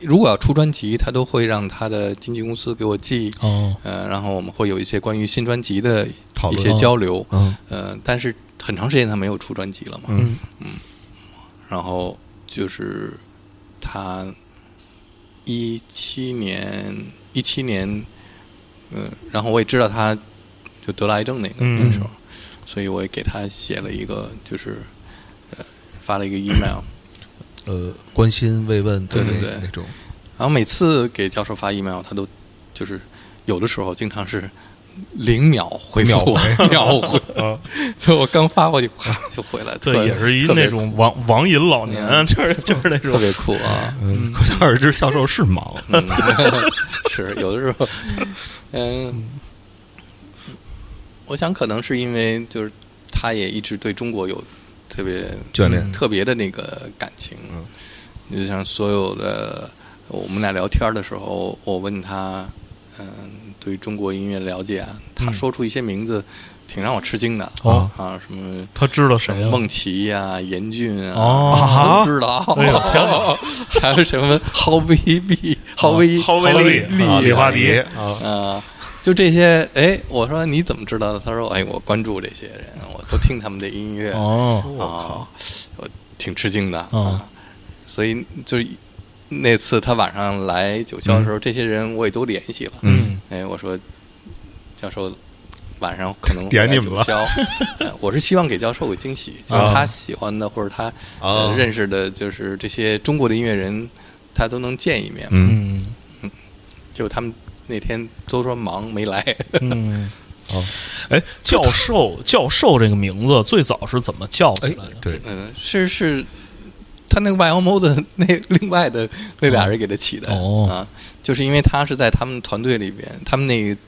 S3: 如果要出专辑，他都会让他的经纪公司给我寄。
S2: 哦，
S3: 呃，然后我们会有一些关于新专辑的
S1: 讨
S3: 一
S1: 论
S3: 些交流，
S1: 嗯
S3: 呃，但是很长时间他没有出专辑了嘛，
S1: 嗯
S3: 然后就是他一七年一七年，嗯，然后我也知道他就得了癌症那个、
S2: 嗯
S3: 那个时候，所以我也给他写了一个就是呃发了一个 email，
S1: 呃，关心慰问的
S3: 对对
S1: 那
S3: 对
S1: 那种，
S3: 然后每次给教授发 email，他都就是有的时候经常是零秒回复我， 秒回，
S2: 啊，
S3: 就我刚发过去，啪就回来。特别
S2: 对，也是一
S3: 特别
S2: 那种王王银老年，
S3: 嗯
S2: 就是就是那种
S3: 特别酷啊！
S1: 嗯，可想而知，教授是 忙，
S3: 嗯， 是有的时候，嗯，我想可能是因为就是他也一直对中国有特别
S1: 眷恋，
S3: 特别的那个感情。
S1: 嗯
S3: 就像所有的我们俩聊天的时候，我问他，嗯、对中国音乐了解啊，他说出一些名字，挺让我吃惊的。
S2: 嗯哦
S3: 啊，什么
S2: 他知道
S3: 什
S2: 谁啊
S3: 么
S2: 了？
S3: 孟琪呀、严俊啊，
S2: 哦
S3: 我都知道。
S2: 哎呦
S3: 还有什么郝威利、郝威、
S2: 郝威利
S3: 嗯
S2: 啊李华迪
S1: 啊，
S3: 啊，就这些。哎，我说你怎么知道的？他说，哎，我关注这些人，我都听他们的音乐。
S2: 哦，
S1: 我靠，
S3: 啊，我挺吃惊的、
S2: 嗯
S3: 啊。所以就是那次他晚上来九霄的时候，这些人我也都联系了。
S1: 嗯，
S3: 哎，我说教授晚上可能
S1: 点
S3: 来
S1: 你们
S3: 九
S1: 了
S3: 霄，呃我是希望给教授个惊喜，就是
S1: 啊
S3: 他喜欢的或者他、
S1: 啊
S3: 呃、认识的，就是这些中国的音乐人，他都能见一面。
S1: 嗯，
S2: 嗯
S3: 就他们那天都说忙没来，
S2: 嗯，
S1: 哦，
S2: 哎，教授教授这个名字最早是怎么叫起
S1: 哎
S2: 来的，？
S1: 对，
S3: 嗯，是是，他那个 YMO 的那另外的那俩人给他起的、
S2: 哦
S3: 啊，就是因为他是在他们团队里边，他们那个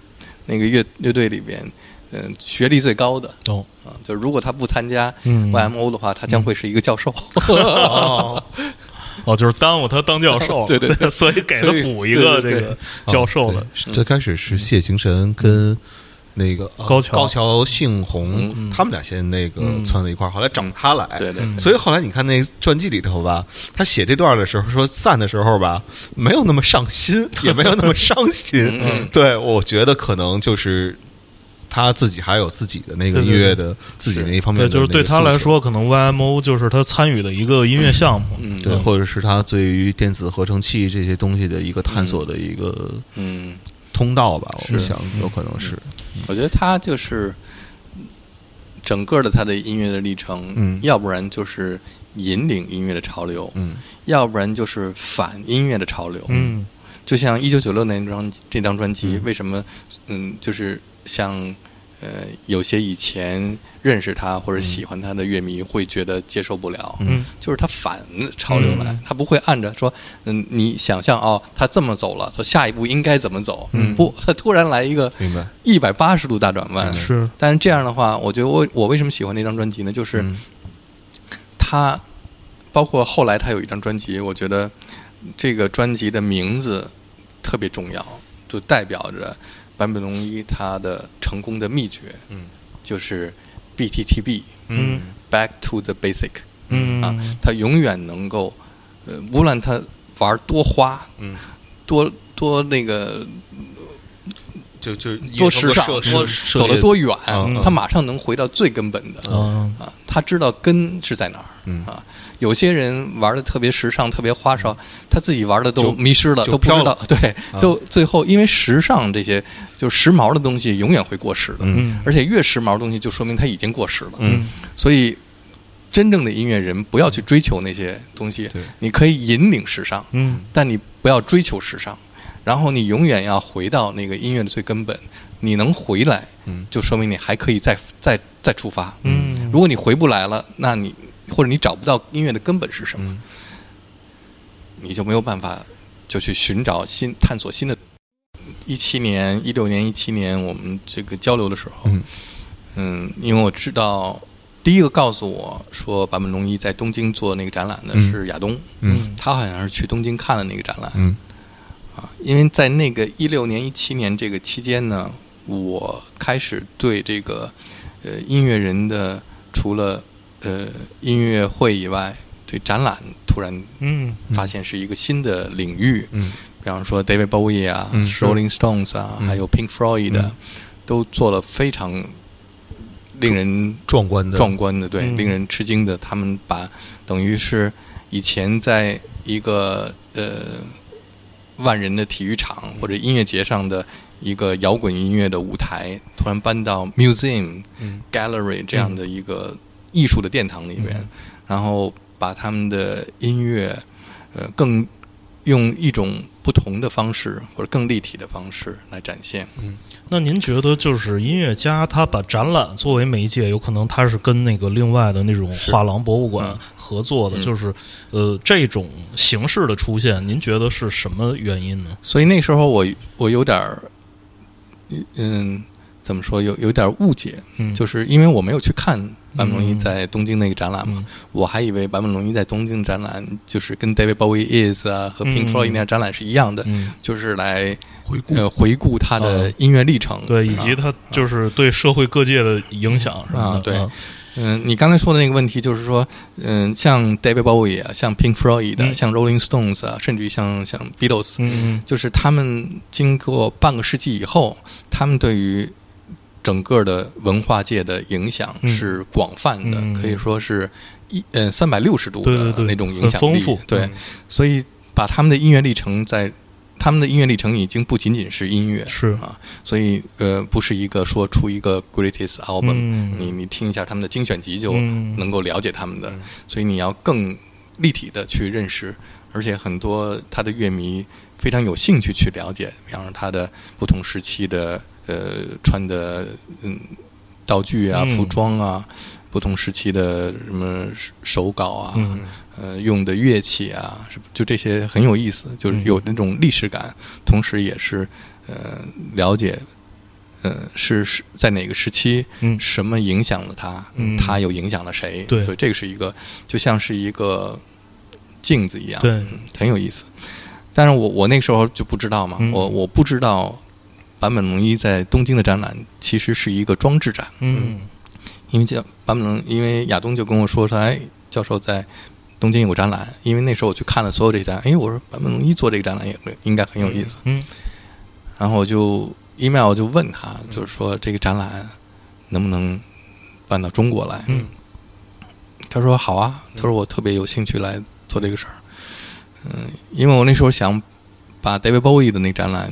S3: 那个乐乐队里边，嗯、学历最高的
S2: 哦，
S3: 啊，就是如果他不参加
S2: 嗯
S3: YMO 的话，他将会是一个教授，
S2: 哦，哦，就是耽误他当教授 了，
S3: 对对
S2: 所以给他
S3: 所以
S2: 补一
S3: 对
S2: 个
S3: 哦
S2: 这
S3: 对
S2: 个教授的
S1: 啊，对最开始是谢行神跟那个啊
S2: 高桥
S1: 高桥幸宏
S2: 嗯，
S1: 他们俩先那个
S2: 嗯
S1: 窜到一块儿，后来找他来，
S3: 对对
S2: 嗯
S1: 所以后来你看那传记里头吧，他写这段的时候说散的时候吧，没有那么上 心，也没有那么伤心。
S3: 嗯
S1: 对，我觉得可能就是他自己还有自己的那个
S2: 对对
S1: 音乐的自己那一方面
S2: 对，
S1: 的，
S2: 就是对他来，说，可能 YMO 就是他参与的一个音乐项目，
S3: 嗯
S1: 对，或者是他对于电子合成器这些东西的一个探索的一个
S3: 嗯，
S1: 通道吧，我
S3: 是
S1: 想有可能
S2: 嗯
S1: 是，
S3: 我觉得他就是整个的他的音乐的历程，
S1: 嗯
S3: 要不然就是引领音乐的潮流，
S1: 嗯
S3: 要不然就是反音乐的潮流，
S2: 嗯
S3: 就像一九九六年那张这张专辑，为什么嗯，就是像呃有些以前认识他或者喜欢他的乐迷会觉得接受不了，
S2: 嗯
S3: 就是他反潮流来，
S2: 嗯
S3: 他不会按着说嗯你想象哦，他这么走了，他下一步应该怎么走？
S2: 嗯
S3: 不，他突然来一个
S1: 明白，
S3: 一百八十度大转
S1: 嗯
S3: 弯。
S2: 是
S3: 但是这样的话，我觉得我我为什么喜欢那张专辑呢？就是
S1: 嗯
S3: 他，包括后来他有一张专辑，我觉得这个专辑的名字特别重要，就代表着坂本龙一他的成功的秘诀，
S1: 嗯，
S3: 就是 BTTB
S2: 嗯
S3: Back to the Basic
S2: 嗯
S3: 啊，他永远能够，呃，无论他玩多花，
S1: 嗯，
S3: 多多那个
S1: 就就
S3: 多时尚，多走得多远
S1: 嗯
S2: 嗯，
S3: 他马上能回到最根本的，
S2: 啊
S3: 啊，他知道根是在哪儿、
S1: 嗯
S3: 啊。有些人玩的特别时尚，特别花哨，他自己玩的都迷失了，
S1: 就
S3: 都不知
S1: 飘
S3: 道
S1: 了，
S3: 对，
S1: 啊
S3: 都最后因为时尚这些就是时髦的东西永远会过时的，
S2: 嗯
S3: 而且越时髦的东西就说明它已经过时了。
S1: 嗯
S3: 所以，真正的音乐人不要去追求那些东西
S1: 对，
S3: 你可以引领时尚，
S2: 嗯
S3: 但你不要追求时尚，然后你永远要回到那个音乐的最根本。你能回来，
S1: 嗯
S3: 就说明你还可以再再再出发。
S2: 嗯
S3: 如果你回不来了，那你或者你找不到音乐的根本是什么，
S1: 嗯
S3: 你就没有办法就去寻找新、探索新的。一七年、一六年、一七年，我们这个交流的时候，
S1: 嗯
S3: 嗯因为我知道第一个告诉我说坂本龙一在东京做那个展览的
S1: 嗯
S3: 是亚东，
S1: 嗯
S3: 他好像是去东京看了那个展览，啊
S1: 嗯
S3: 因为在那个一六年、一七年这个期间呢，我开始对这个呃音乐人的除了呃音乐会以外，对展览突然
S2: 嗯
S3: 发现是一个新的领域。
S1: 嗯
S3: 比方说 David Bowie 啊、
S1: 嗯是
S3: Rolling Stones 啊，
S1: 嗯
S3: 还有 Pink Floyd 的，
S1: 嗯
S3: 都做了非常令人
S1: 壮观的
S3: 壮观的，对，
S2: 嗯
S3: 令人吃惊的。他们把等于是以前在一个呃万人的体育场
S1: 嗯
S3: 或者音乐节上的一个摇滚音乐的舞台，突然搬到 museum、
S1: 嗯
S3: gallery 这样的一个艺术的殿堂里边，然后把他们的音乐，呃，更用一种不同的方式或者更立体的方式来展现。
S2: 那您觉得，就是音乐家他把展览作为媒介，有可能他是跟那个另外的那种
S3: 是
S2: 画廊、博物馆
S3: 嗯
S2: 合作的，
S3: 嗯
S2: 就是呃这种形式的出现，您觉得是什么原因呢？
S3: 所以那时候我我有点儿，嗯，怎么说有有点儿误解，
S2: 嗯
S3: 就是因为我没有去看坂本龙一
S2: 嗯
S3: 在东京那个展览嘛，
S2: 嗯
S3: 我还以为坂本龙一在东京展览就是跟 David Bowie is 啊和 Pink
S2: 嗯
S3: Floyd 那样展览是一样的，
S2: 嗯，
S3: 就是来
S1: 回顾
S3: 呃回顾他的音乐历程，
S2: 对，以及
S3: 啊
S2: 他就是对社会各界的影响什么的。
S3: 啊对
S2: 嗯
S3: 嗯，你刚才说的那个问题就是说，嗯，像 David Bowie 啊，像 Pink Floyd 的、
S2: 嗯
S3: 像 Rolling Stones 啊，甚至于像像 Beatles，
S2: 嗯
S3: 就是他们经过半个世纪以后，他们对于整个的文化界的影响
S2: 嗯
S3: 是广泛的，
S2: 嗯
S3: 可以说是一呃三百六十度
S2: 对对
S3: 的
S2: 对
S3: 那种影
S2: 很
S3: 响
S2: 丰
S3: 力。
S2: 富嗯
S3: 对，所以把他们的音乐历程在他们的音乐历程已经不仅仅是音乐
S2: 嗯，是
S3: 啊，所以呃不是一个说出一个 greatest album，、
S2: 嗯
S3: 你你听一下他们的精选集就
S2: 嗯
S3: 能够了解他们的，
S2: 嗯
S3: 所以你要更立体的去认识，而且很多他的乐迷非常有兴趣去了解，比方说他的不同时期的呃穿的嗯道具啊、
S2: 嗯
S3: 服装啊，不同时期的什么手稿啊，
S2: 嗯
S3: 呃用的乐器啊，是就这些很有意思，就是有那种历史感，同时也是呃了解。呃，是是在哪个时期，
S2: 嗯
S3: 什么影响了他，
S2: 嗯
S3: 他又影响了谁？
S2: 对
S3: 所以这个是一个就像是一个镜子一样，
S2: 对
S3: 嗯，很有意思。但是我我那时候就不知道嘛，
S2: 嗯
S3: 我我不知道坂本龙一在东京的展览其实是一个装置展，
S2: 嗯
S3: 因为叫坂本龙，因为亚东就跟我说说，哎，教授在东京有个展览，因为那时候我去看了所有这些展览，哎，我说坂本龙一做这个展览也会应该很有意思，
S2: 嗯
S3: 然后我就 email 我就问他，就是说这个展览能不能办到中国来？
S2: 嗯
S3: 他说好啊，他说我特别有兴趣来做这个事儿。嗯，因为我那时候想把 David Bowie 的那展览，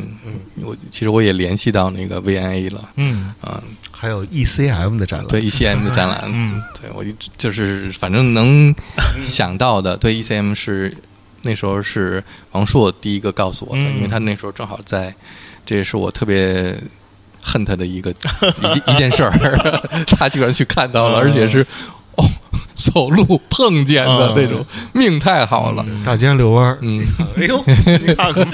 S3: 我其实我也联系到那个 VNA 了，
S2: 嗯
S3: 啊、
S1: 还有 ECM 的展览，
S3: 对 ECM 的展 览，
S2: 嗯
S3: 对我一直就是反正能想到的，对 ECM 是那时候是王朔第一个告诉我的，
S2: 嗯
S3: 因为他那时候正好在，这也是我特别恨他的一个一件一件事儿， 他居然去看到了，
S2: 嗯
S3: 而且是哦走路碰见的
S2: 嗯
S3: 那种，命太好了，
S1: 大街上遛弯儿，
S3: 嗯。
S2: 哎呦，你看看，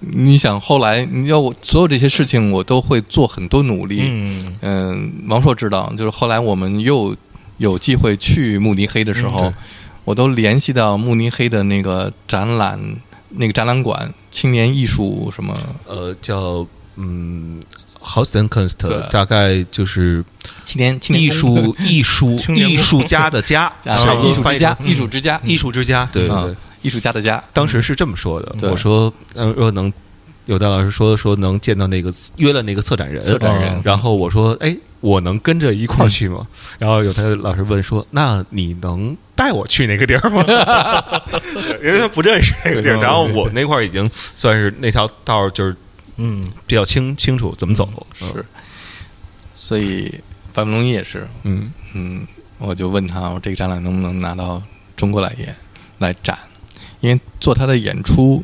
S3: 你想后来，你要我所有这些事情，我都会做很多努力。
S2: 嗯
S3: 嗯，王朔知道，就是后来我们又有机会去慕尼黑的时候，
S1: 嗯对
S3: 我都联系到慕尼黑的那个展览，那个展览馆青年艺术什么，
S1: 呃，叫嗯 h o u s t o n Kunst，
S3: 对
S1: 大概就是
S3: 青年青年
S1: 艺术 艺术
S2: 青年宫
S1: 艺术家的家，
S3: 啊
S1: 差不多
S3: 艺
S1: 嗯
S3: 术
S1: 翻
S3: 之
S1: 译
S3: 家
S1: 成，
S3: 艺术之家，
S1: 艺术之家，对对
S3: 啊
S1: 对。
S3: 艺术家的家，
S1: 当时是这么说的，
S3: 对
S1: 我说，呃，若能有戴老师说说能见到那个约了那个策展人，
S3: 策展人
S1: 嗯然后我说，哎，我能跟着一块儿去吗？
S3: 嗯
S1: 然后有他老师问说，那你能带我去那个地儿吗？ 因为他不认识那个地儿，
S3: 对
S1: 然后我那块儿已经算是那条道儿就是
S2: 嗯
S1: 比较清清楚怎么走，嗯
S3: 是，所以坂本龙一也是，
S1: 嗯
S3: 嗯，我就问他，我这个展览能不能拿到中国来演来展？因为做他的演出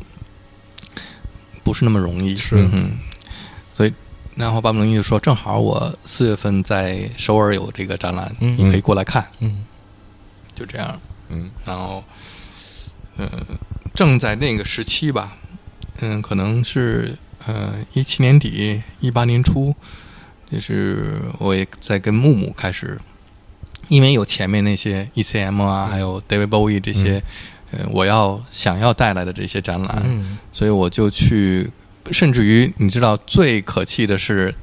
S3: 不是那么容易，
S2: 是
S3: 嗯，所以然后巴布龙一就说，正好我四月份在首尔有这个展览，
S2: 嗯
S3: 你可以过来看，
S2: 嗯
S3: 就这样。
S1: 嗯
S3: 然后，嗯、正在那个时期吧，嗯，可能是呃一七年底一八年初，就是我也在跟木木开始，因为有前面那些 ECM 啊，还有 David Bowie 这些，呃，我要想要带来的这些展览，
S2: 嗯
S3: 所以我就去，甚至于你知道最可气的是，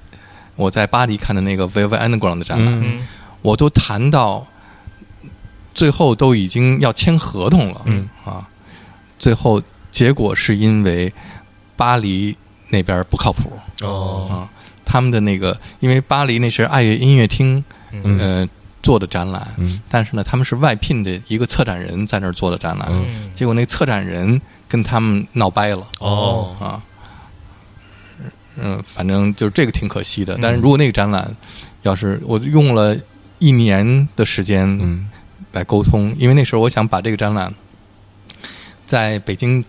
S3: 我在巴黎看的那个 Velvet Underground 的展览，
S1: 嗯
S2: 嗯
S3: 我都谈到最后都已经要签合同了，
S1: 嗯
S3: 啊，最后结果是因为巴黎那边不靠谱
S1: 哦
S3: 啊，他们的那个，因为巴黎那是爱乐音乐厅，
S2: 嗯
S3: 呃，做的展览，
S1: 嗯
S3: 但是呢，他们是外聘的一个策展人在那儿做的展览，
S1: 嗯
S3: 结果那策展人跟他们闹掰了
S1: 哦
S3: 啊。嗯，反正就是这个挺可惜的。
S1: 嗯
S3: 但是如果那个展览，要是我用了一年的时间
S1: 嗯
S3: 来沟通，因为那时候我想把这个展览在北京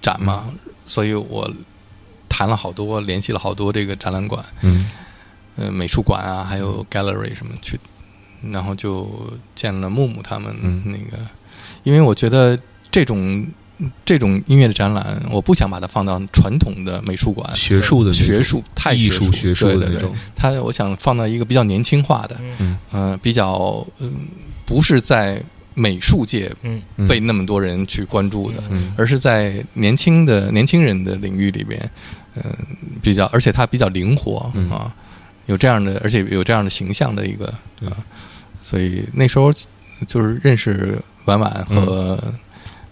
S3: 展嘛，
S1: 嗯
S3: 所以我谈了好多，联系了好多这个展览馆。
S1: 嗯
S3: 呃美术馆啊，还有 gallery 什么去，然后就见了木木他们
S1: 嗯
S3: 那个，因为我觉得这种这种音乐的展览，我不想把它放到传统的美术馆，
S1: 嗯学术的那种
S3: 学术太
S1: 艺
S3: 术
S1: 术学术
S3: 对
S1: 的
S3: 对
S1: 那
S3: 对
S1: 种，，
S3: 它我想放到一个比较年轻化的，
S2: 嗯
S3: 呃，比较嗯、不是在美术界
S2: 嗯
S1: 嗯
S3: 被那么多人去关注的，
S1: 嗯
S3: 而是在年轻的年轻人的领域里边，嗯、比较，而且它比较灵活、
S1: 嗯
S3: 啊，有这样的，而且有这样的形象的一个
S1: 对
S3: 啊，所以那时候就是认识婉婉
S1: 嗯
S3: 和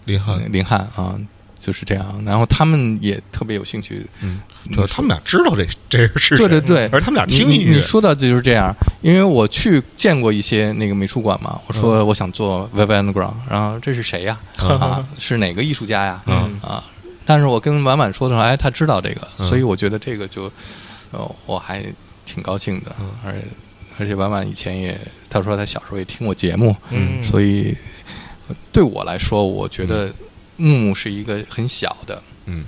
S1: 厉害。
S3: 林汉啊，就是这样。然后他们也特别有兴趣，
S1: 嗯，主要他们俩知道这 这人是谁，
S3: 对对对，
S1: 而他们俩
S3: 你
S1: 听
S3: 你
S1: 音
S3: 你
S1: 乐，
S3: 说到的就是这样，因为我去见过一些那个美术馆嘛，我
S1: 嗯
S3: 说我想做 Web Underground，然后这是 谁呀？啊，是哪个艺术家呀？
S2: 嗯
S3: 啊，但是我跟婉婉说的时候，哎，她知道这个，
S1: 嗯
S3: 所以我觉得这个就，呃，我还挺高兴的，
S1: 嗯
S3: 而且而且婉婉以前也，她说她小时候也听我节目，
S2: 嗯，
S3: 所
S2: 以
S3: 以呃对我来说，我觉得木木是一个很小的，
S1: 嗯，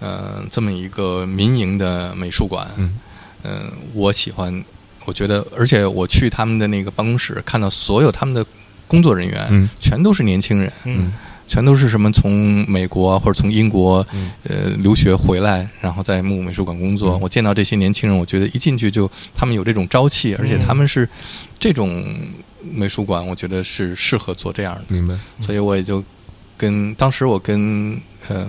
S3: 呃，这么一个民营的美术馆，
S1: 嗯
S3: 嗯，我喜欢，我觉得，而且我去他们的那个办公室，看到所有他们的工作人员，
S1: 嗯
S3: 全都是年轻人，
S2: 嗯
S3: 全都是什么从美国或者从英国、
S1: 嗯
S3: 呃留学回来，然后在木木美术馆工作。
S1: 嗯
S3: 我见到这些年轻人，我觉得一进去就他们有这种朝气，而
S1: 嗯
S3: 且他们是这种美术馆，我觉得是适合做这样的。
S1: 嗯明白，
S3: 所以我也就跟当时我跟呃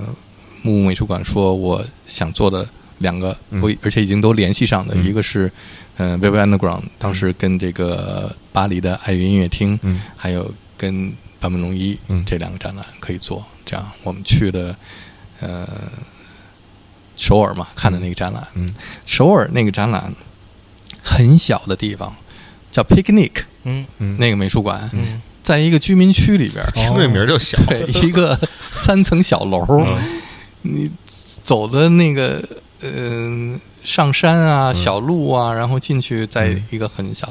S3: 木木美术馆说，我想做的两个，
S1: 嗯
S3: 我而且已经都联系上的，
S1: 嗯
S3: 一个是呃 Web Underground，当时跟这个巴黎的爱乐音乐厅，
S1: 嗯
S3: 还有跟坂本龙一、
S1: 嗯
S3: 这两个展览可以做。这样我们去了呃首尔嘛，看的那个展览，
S1: 嗯
S3: 首尔那个展览很小的地方。叫 Picnic
S2: 嗯
S1: 嗯，
S3: 那个美术馆，
S2: 嗯
S3: 在一个居民区里边儿，
S1: 听这名儿就小，
S3: 对，一个三层小楼，
S2: 嗯
S3: 你走的那个嗯、上山
S1: 嗯
S3: 啊、小路啊，然后进去，在一个很小，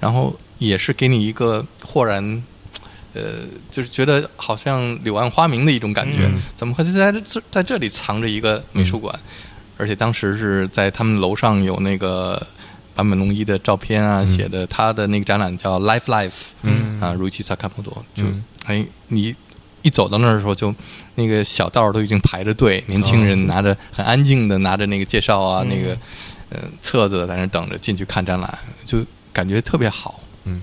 S3: 然后也是给你一个豁然。呃，就是觉得好像柳暗花明的一种感觉，
S2: 嗯
S3: 怎么会在这在这里藏着一个美术馆？
S1: 嗯
S3: 而且当时是在他们楼上有那个坂本龙一的照片啊，写的他的那个展览叫《Life Life》，
S1: 嗯
S3: 啊，如其萨卡普多，就、
S1: 嗯
S3: 哎，你一走到那儿的时候就，那个小道儿都已经排着队，年轻
S1: 嗯
S3: 人拿着、很安静的拿着那个介绍啊，
S2: 嗯
S3: 那个呃册子在那儿等着进去看展览，就感觉特别好。
S1: 嗯，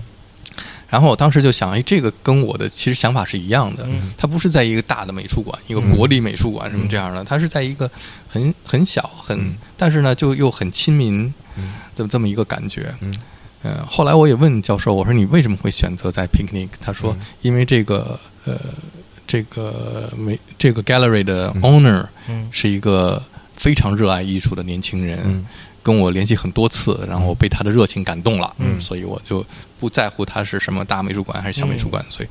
S3: 然后我当时就想，哎，这个跟我的其实想法是一样的，
S2: 嗯
S3: 它不是在一个大的美术馆，一个
S1: 嗯
S3: 国立美术馆什么这样的，它是在一个很很小很，但是呢就又很亲民
S1: 嗯
S3: 的这么一个感觉。
S1: 嗯
S3: 呃，后来我也问教授，我说你为什么会选择在 Picnic？他说，
S1: 嗯
S3: 因为这个呃，这个美这个 gallery 的 owner、
S2: 嗯
S3: 是一个非常热爱艺术的年轻人，
S1: 嗯
S3: 跟我联系很多次，然后我被他的热情感动了，
S2: 嗯
S3: 所以我就不在乎他是什么大美术馆还是小美术馆，
S1: 嗯
S3: 所以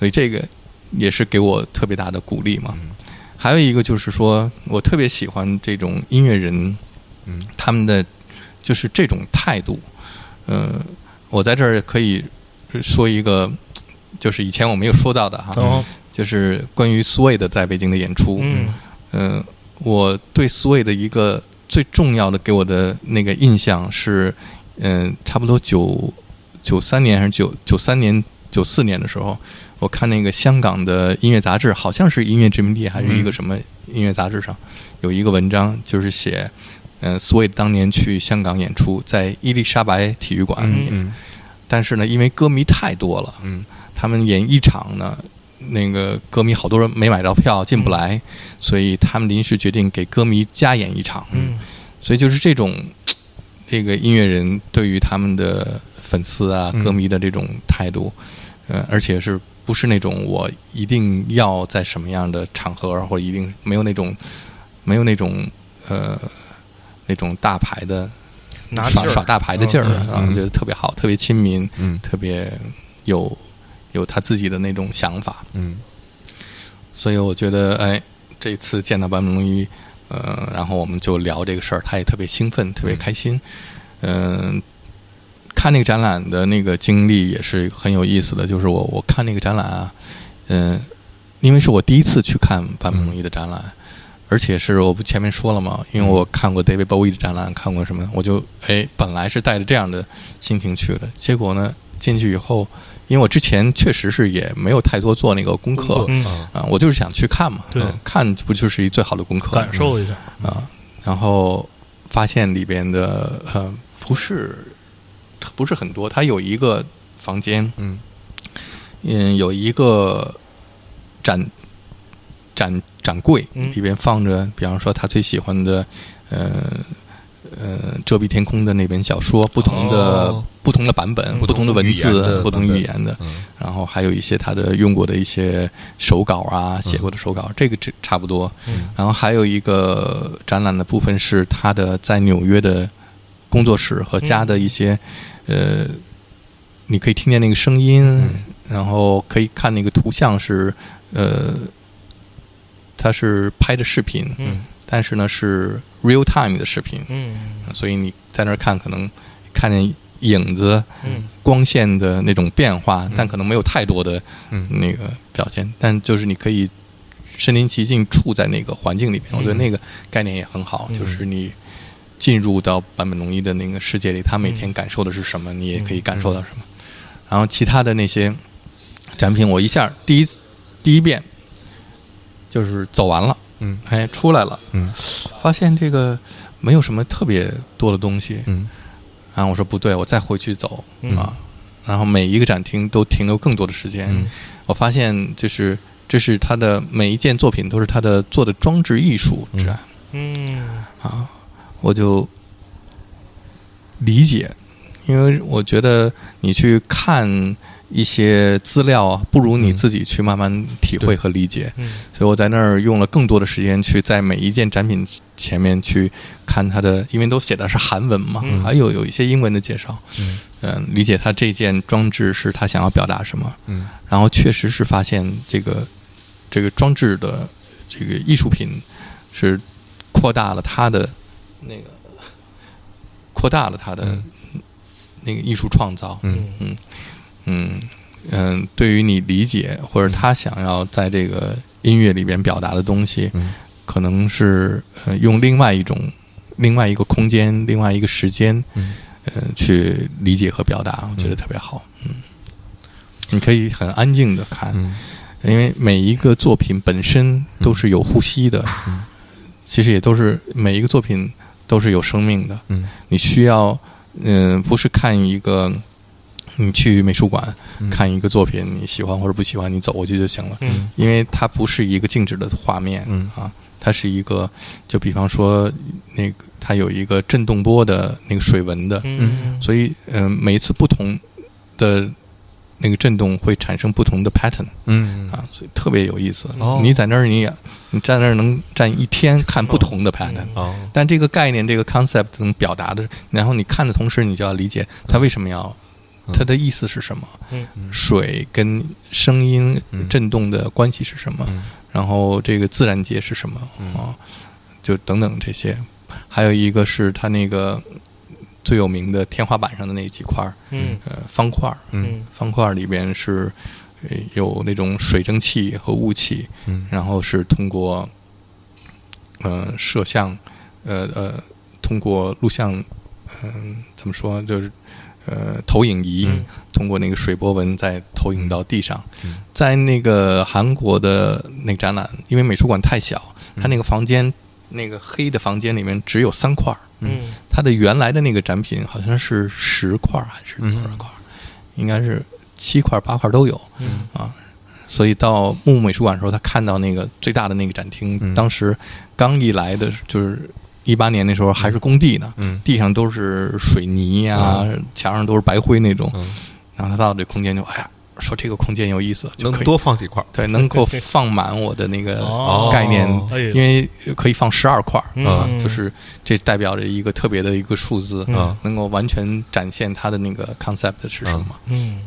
S3: 所以这个也是给我特别大的鼓励嘛。
S1: 嗯
S3: 还有一个就是说我特别喜欢这种音乐人，
S1: 嗯
S3: 他们的就是这种态度。呃，我在这儿可以说一个，就是以前我没有说到的哈，
S2: 哦
S3: 就是关于 Sway 的在北京的演出。
S2: 嗯
S3: 嗯，我对 Sway 的一个最重要的给我的那个印象是，嗯、差不多九九三年还是九九三年九四年的时候，我看那个香港的音乐杂志，好像是音乐殖民地还是一个什么音乐杂志上、有一个文章，就是写。嗯，苏芮当年去香港演出，在伊丽莎白体育馆，
S2: 嗯
S1: 嗯
S3: 但是呢，因为歌迷太多了，
S1: 嗯，
S3: 他们演一场呢，那个歌迷好多人没买到票，进不来，所以他们临时决定给歌迷加演一场。
S2: 嗯
S3: 所以就是这种，这个音乐人对于他们的粉丝啊、
S1: 嗯
S3: 歌迷的这种态度，呃，而且是不是那种我一定要在什么样的场合，或者一定没有那种没有那种呃那种大牌的
S2: 拿
S3: 耍耍大牌的劲儿
S2: 嗯
S3: 啊，
S1: 嗯
S3: 我觉得特别好，特别亲民。
S1: 嗯
S3: 特别有有他自己的那种想法，
S1: 嗯
S3: 所以我觉得，哎，这一次见到坂本龙一，呃，然后我们就聊这个事儿，他也特别兴奋，特别开心。嗯、看那个展览的那个经历也是很有意思的，就是我我看那个展览啊，嗯、因为是我第一次去看坂本龙一的展览，而且是我不前面说了嘛，因为我看过 David Bowie 的展览，看过什么，我就哎本来是带着这样的心情去的，结果呢进去以后，因为我之前确实是也没有太多做那个功课，
S2: 嗯
S1: 啊
S3: 啊，我就是想去看嘛，
S2: 对
S3: 嗯看不就是一最好的功课
S2: 感受一下，
S3: 啊？然后发现里边的呃不是不是很多，它有一个房间，
S1: 嗯
S3: 嗯，有一个展展展柜，
S2: 嗯
S3: 里边放着，比方说他最喜欢的，呃呃，遮蔽天空的那本小说，不同的、
S1: 哦
S3: 不同的版本，
S1: 不
S3: 不
S1: 同
S3: 同的文
S1: 语言
S3: 字
S1: 的，
S3: 不同
S1: 版本
S3: 语言的，
S1: 嗯
S3: 然后还有一些他的用过的一些手稿啊，写过的手稿，这个这差不多。
S2: 嗯
S3: 然后还有一个展览的部分是他的在纽约的工作室和家的一些，
S2: 嗯
S3: 呃，你可以听见那个声音，然后可以看那个图像是，呃，他是拍的视频，
S2: 嗯
S3: 但是呢是 real time 的视频，
S2: 嗯
S3: 所以你在那儿看可能看见影子，
S2: 嗯
S3: 光线的那种变化，但可能没有太多的
S1: 嗯
S3: 那个表现，但就是你可以身临其境，处在那个环境里
S1: 嗯
S3: 面。我觉得那个概念也很好，
S2: 嗯
S3: 就是你进入到坂本龙一的那个世界里，他每天感受的是什么，
S1: 嗯
S3: 你也可以感受到什么。然后其他的那些展品，我一下第一次第一遍就是走完了，
S1: 嗯
S3: 哎，出来了，
S1: 嗯
S3: 发现这个没有什么特别多的东西，
S1: 嗯
S3: 然后我说不对，我再回去走、
S2: 嗯
S3: 啊。然后每一个展厅都停留更多的时间。
S1: 嗯
S3: 我发现就是这是他的每一件作品都是他的做的装置艺术之爱、
S2: 嗯
S3: 啊，我就理解，因为我觉得你去看一些资料啊，不如你自己去慢慢体会和理解。
S2: 嗯
S3: 所以我在那儿用了更多的时间去在每一件展品前面去看它的，因为都写的是韩文嘛，
S2: 嗯
S3: 还有有一些英文的介绍，
S1: 嗯
S3: 嗯，理解它这件装置是它想要表达什么。
S1: 嗯
S3: 然后确实是发现这个这个装置的这个艺术品是扩大了它的那个扩大了它的
S1: 嗯
S3: 那个艺术创造，
S1: 嗯
S2: 嗯
S3: 嗯嗯，对于你理解或者他想要在这个音乐里边表达的东西，
S1: 嗯
S3: 可能是呃用另外一种、另外一个空间、另外一个时间，
S1: 嗯
S3: 呃，去理解和表达，我觉得特别好。嗯，你可以很安静的看，
S1: 嗯
S3: 因为每一个作品本身都是有呼吸的，
S1: 嗯
S3: 其实也都是每一个作品都是有生命的。
S1: 嗯
S3: 你需要，嗯、不是看一个，你去美术馆、
S1: 嗯
S3: 看一个作品，你喜欢或者不喜欢，你走过去就行了，
S2: 嗯
S3: 因为它不是一个静止的画面、
S1: 嗯
S3: 啊，它是一个，就比方说那个它有一个震动波的那个水纹的，
S2: 嗯，
S3: 所以嗯、每一次不同的那个震动会产生不同的 pattern
S1: 嗯
S3: 啊，所以特别有意思。
S1: 哦
S3: 你在那儿你也你站那儿能站一天看不同的 pattern，、
S2: 嗯
S1: 哦
S3: 但这个概念、这个 concept 能表达的，然后你看的同时，你就要理解它为什么要，
S1: 嗯
S3: 它的意思是什么，
S2: 嗯
S3: 水跟声音
S1: 嗯
S3: 震动的关系是什么，
S1: 嗯
S3: 然后这个自然界是什么啊、
S1: 嗯
S3: 就等等这些。还有一个是它那个最有名的天花板上的那几块儿，
S2: 嗯
S3: 呃，方块儿，
S2: 嗯
S3: 方块儿里边是呃有那种水蒸气和雾气，
S1: 嗯
S3: 然后是通过呃摄像，呃呃，通过录像，嗯、怎么说就是呃投影仪，
S2: 嗯
S3: 通过那个水波纹再投影到地上。
S1: 嗯
S3: 在那个韩国的那个展览，因为美术馆太小，它那个房间、那个黑的房间里面只有三块儿，
S2: 嗯
S3: 它的原来的那个展品好像是十块儿还是多少块儿，应该是七块儿八块儿都有。
S2: 嗯
S3: 所以到木木美术馆的时候，他看到那个最大的那个展厅，
S1: 嗯
S3: 当时刚一来的就是一八年那时候还是工地呢，
S1: 嗯
S3: 地上都是水泥呀、墙上都是白灰那种。
S1: 嗯，
S3: 然后他到这空间就哎呀，说这个空间有意思，就
S1: 能
S3: 可以
S1: 多放几块儿
S3: 对能够放满我的那个
S2: 哦
S3: 概念，
S2: 哎呦
S3: 因为可以放十二块儿、
S2: 嗯
S3: 啊，就是这代表着一个特别的一个数字，
S2: 嗯
S1: 啊
S3: 能够完全展现它的那个 concept 是什么。
S2: 嗯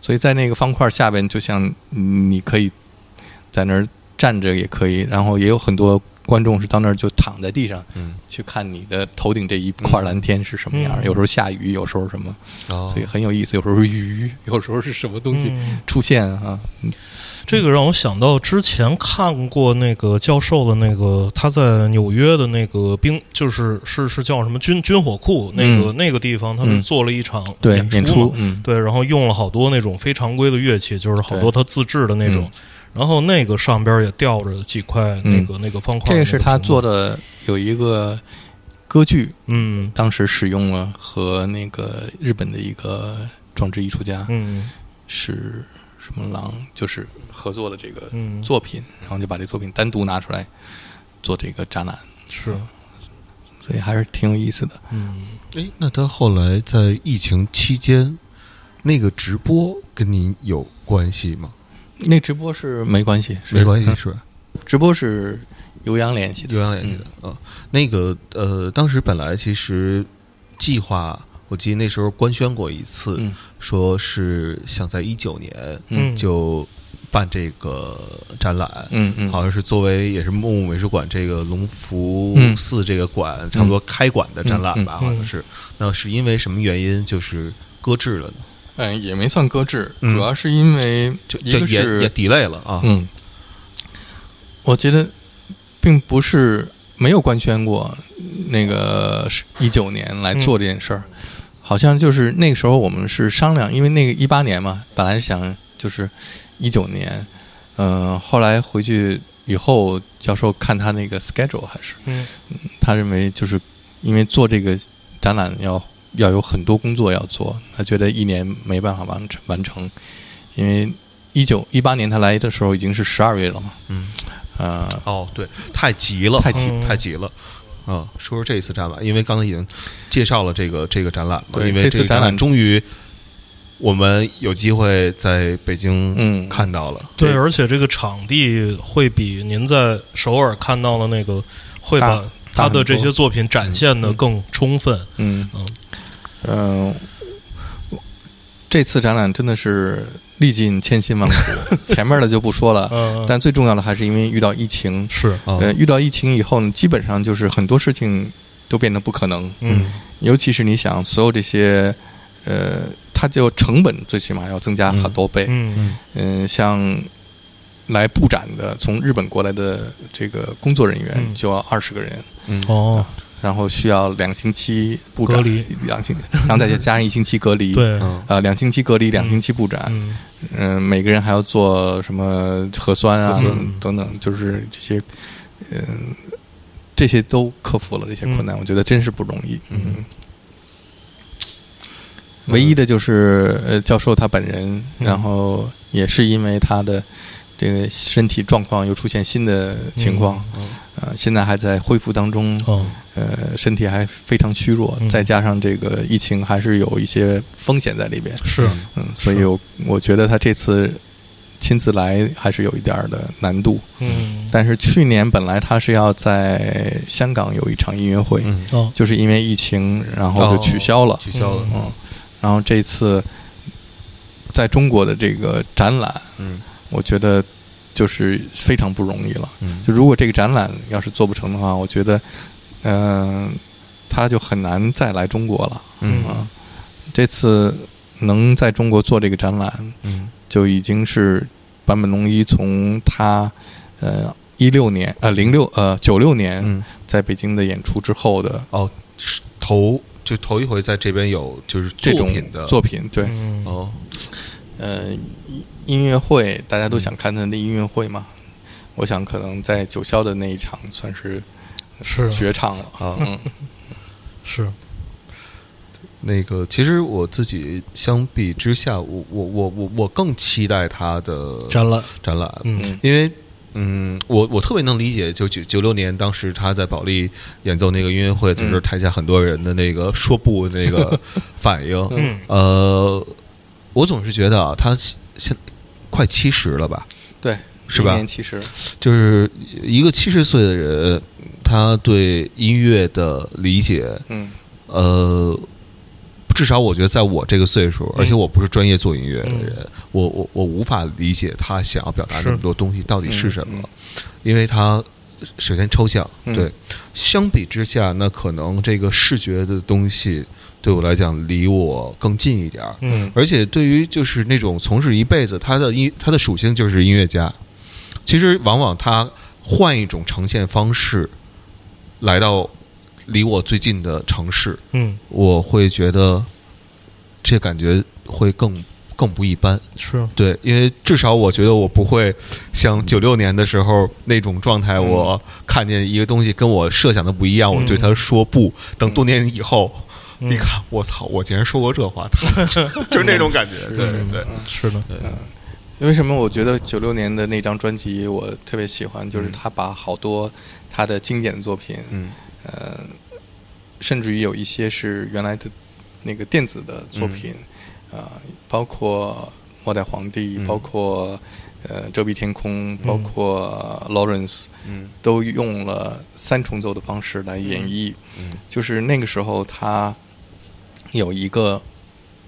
S3: 所以在那个方块下边，就像嗯你可以在那儿站着也可以，然后也有很多观众是到那儿就躺在地上
S1: 嗯，
S3: 去看你的头顶这一块蓝天是什么样，
S2: 嗯
S3: 有时候下雨，有时候什么，
S1: 哦
S3: 所以很有意思。有时候是鱼，有时候是什么东西
S2: 嗯
S3: 出现啊？
S2: 这个让我想到之前看过那个教授的那个他在纽约的那个兵，就是是是叫什么军军火库那个、那个地方，他们
S3: 嗯
S2: 做了一场
S3: 对，演
S2: 出嘛
S3: 出，嗯，
S2: 对，然后用了好多那种非常规的乐器，就是好
S3: 对
S2: 多他自制的那种
S3: 嗯。
S2: 然后那个上边也吊着几块那个、那个方块，
S3: 这个是他做，的有一个歌剧，
S2: 嗯
S3: 当时使用了和那个日本的一个装置艺术家
S2: 嗯
S3: 是什么郎，就是合作的这个
S2: 嗯，
S3: 作品，然后就把这作品单独拿出来做这个展览，
S2: 是，
S3: 所以还是挺有意思的。
S2: 嗯，
S1: 哎，那他后来在疫情期间，那个直播跟您有关系吗？
S3: 那直播是没关系，是
S1: 没关系，是吧？
S3: 直播是有氧联系的，
S1: 有氧联系的啊、那个呃，当时本来其实计划，我记得那时候官宣过一次，
S3: 嗯
S1: 说是想在一九年
S3: 嗯
S2: 嗯
S1: 就办这个展览。
S3: 嗯嗯，
S1: 好像是作为也是木木美术馆这个龙福
S3: 嗯
S1: 寺这个馆、差不多开馆的展览吧，
S2: 嗯嗯
S1: 好像是。那是因为什么原因就是搁置了呢？
S3: 嗯，也没算搁置，
S1: 嗯
S3: 主要是因为
S1: 就
S3: 一
S1: 就
S3: 个
S1: 也也
S3: 是
S1: delay 了啊。
S3: 嗯，我觉得并不是没有官宣过那个一九年来做这件事儿，好像就是那个时候我们是商量，因为那个一八年嘛，本来是想就是一九年，嗯、后来回去以后，教授看他那个 schedule 还是。
S2: 嗯
S3: 他认为就是因为做这个展览要要有很多工作要做，他觉得一年没办法完成完成，因为一九一八年他来的时候已经是十二月了嘛，
S1: 嗯，
S3: 呃，
S1: 哦，对，太急了，
S3: 太急
S1: 太急了。啊、说说这一次展览，因为刚才已经介绍了这个这个展览嘛，
S3: 对
S1: 因为
S3: 这
S1: 这
S3: 次
S1: 个
S3: 展
S1: 展
S3: 览
S1: 终于我们有机会在北京
S3: 嗯，
S1: 看到了，
S2: 对，
S3: 对
S2: 而且这个场地会比您在首尔看到的那个会
S3: 大
S2: 把他的这些作品展现的
S3: 嗯
S2: 更充分。
S3: 嗯
S2: 嗯
S3: 嗯、呃，这次展览真的是历尽千辛万苦，前面的就不说了，
S2: 嗯，
S3: 但最重要的还是因为遇到疫情，
S2: 是
S1: 啊、
S3: 呃，遇到疫情以后呢，基本上就是很多事情都变得不可能，
S2: 嗯
S3: 尤其是你想所有这些，呃，它就成本最起码要增加很多倍。
S2: 嗯
S3: 嗯、像来布展的从日本过来的这个工作人员
S2: 嗯
S3: 就要二十个人，
S1: 嗯，
S2: 哦，
S3: 然后需要两星期布展
S2: 隔离，
S3: 两星，然后再加上一星期隔离。。
S2: 对，
S1: 嗯
S3: 呃，两星期隔离，两星期布展，
S2: 嗯
S3: 嗯、每个人还要做什么核酸啊，
S1: 核酸
S3: 等等，就是这些，嗯、这些都克服了这些困难，我觉得真是不容易。
S1: 嗯
S3: 嗯，唯一的就是呃，教授他本人，
S2: 嗯
S3: 然后也是因为他的这个身体状况又出现新的情况，
S1: 嗯
S3: 呃，现在还在恢复当中，
S2: 嗯哦，
S3: 呃，身体还非常虚弱，
S2: 嗯
S3: 再加上这个疫情还是有一些风险在里边，
S2: 是
S3: 嗯，所以我我觉得他这次亲自来还是有一点儿的难度。
S2: 嗯
S3: 但是去年本来他是要在香港有一场音乐会，
S1: 嗯，
S2: 哦
S3: 就是因为疫情，然后就取消了。
S1: 取消了，
S3: 嗯，然后这次在中国的这个展览，
S1: 嗯
S3: 我觉得就是非常不容易了。
S1: 嗯，
S3: 就如果这个展览要是做不成的话，我觉得，嗯、他就很难再来中国了
S1: 嗯
S3: 啊。这次能在中国做这个展览，
S1: 嗯
S3: 就已经是坂本龙一从他呃一六年呃零六呃九六年
S1: 嗯，
S3: 在北京的演出之后的
S1: 是头就头一回在这边有就是
S3: 这
S1: 作
S3: 种
S1: 品的
S3: 作品，对，
S2: 嗯
S1: 哦，
S3: 呃，音乐会大
S1: 嗯
S3: 家都想看他的音乐会嘛。我想可能在九霄的那一场算是
S2: 是
S3: 绝唱了，
S1: 啊
S3: 嗯
S2: 是
S1: 那个，其实我自己相比之下，我我我我我更期待他的
S2: 展览，
S1: 展览，
S2: 嗯
S3: 嗯
S1: 因为嗯，我我特别能理解，就九九六年当时他在保利演奏那个音乐会的时候，
S3: 嗯
S1: 台下很多人的那个说不那个反应，
S2: 嗯
S1: 呃，我总是觉得啊，他现现快七十了吧，
S3: 对，
S1: 是吧
S3: 一年其实，
S1: 就是一个七十岁的人，他对音乐的理解，
S3: 嗯
S1: 呃，至少我觉得在我这个岁数，而且我不是专业做音乐的
S2: 嗯
S1: 人，我我我无法理解他想要表达那么
S2: 是
S1: 多东西到底是什么，
S3: 嗯
S1: 因为他首先抽象，
S3: 嗯
S1: 对，相比之下，那可能这个视觉的东西对我来讲离我更近一点儿。
S2: 嗯
S1: 而且对于就是那种从事一辈子，他的音他的属性就是音乐家。其实往往他换一种呈现方式，来到离我最近的城市，
S2: 嗯，
S1: 我会觉得这感觉会更更不一般。
S2: 嗯是
S1: 对，因为至少我觉得我不会像九六年的时候那种状态，我看见一个东西跟我设想的不一样，我对他说不。等多年以后，
S2: 嗯
S1: 一看，我操，我竟然说过这话，他 就是那种感觉。
S3: 是
S1: 对
S3: 是
S1: 对，
S2: 是的，
S3: 为什么我觉得九六年的那张专辑我特别喜欢，就是他把好多他的经典的作品，
S1: 嗯
S3: 呃，甚至于有一些是原来的那个电子的作品，啊、包括《末代皇帝》，
S1: 嗯
S3: 包括呃《遮蔽天空》，包括呃 Lawrence，
S1: 嗯
S3: 都用了三重奏的方式来演绎。
S1: 嗯嗯
S3: 就是那个时候，他有一个呃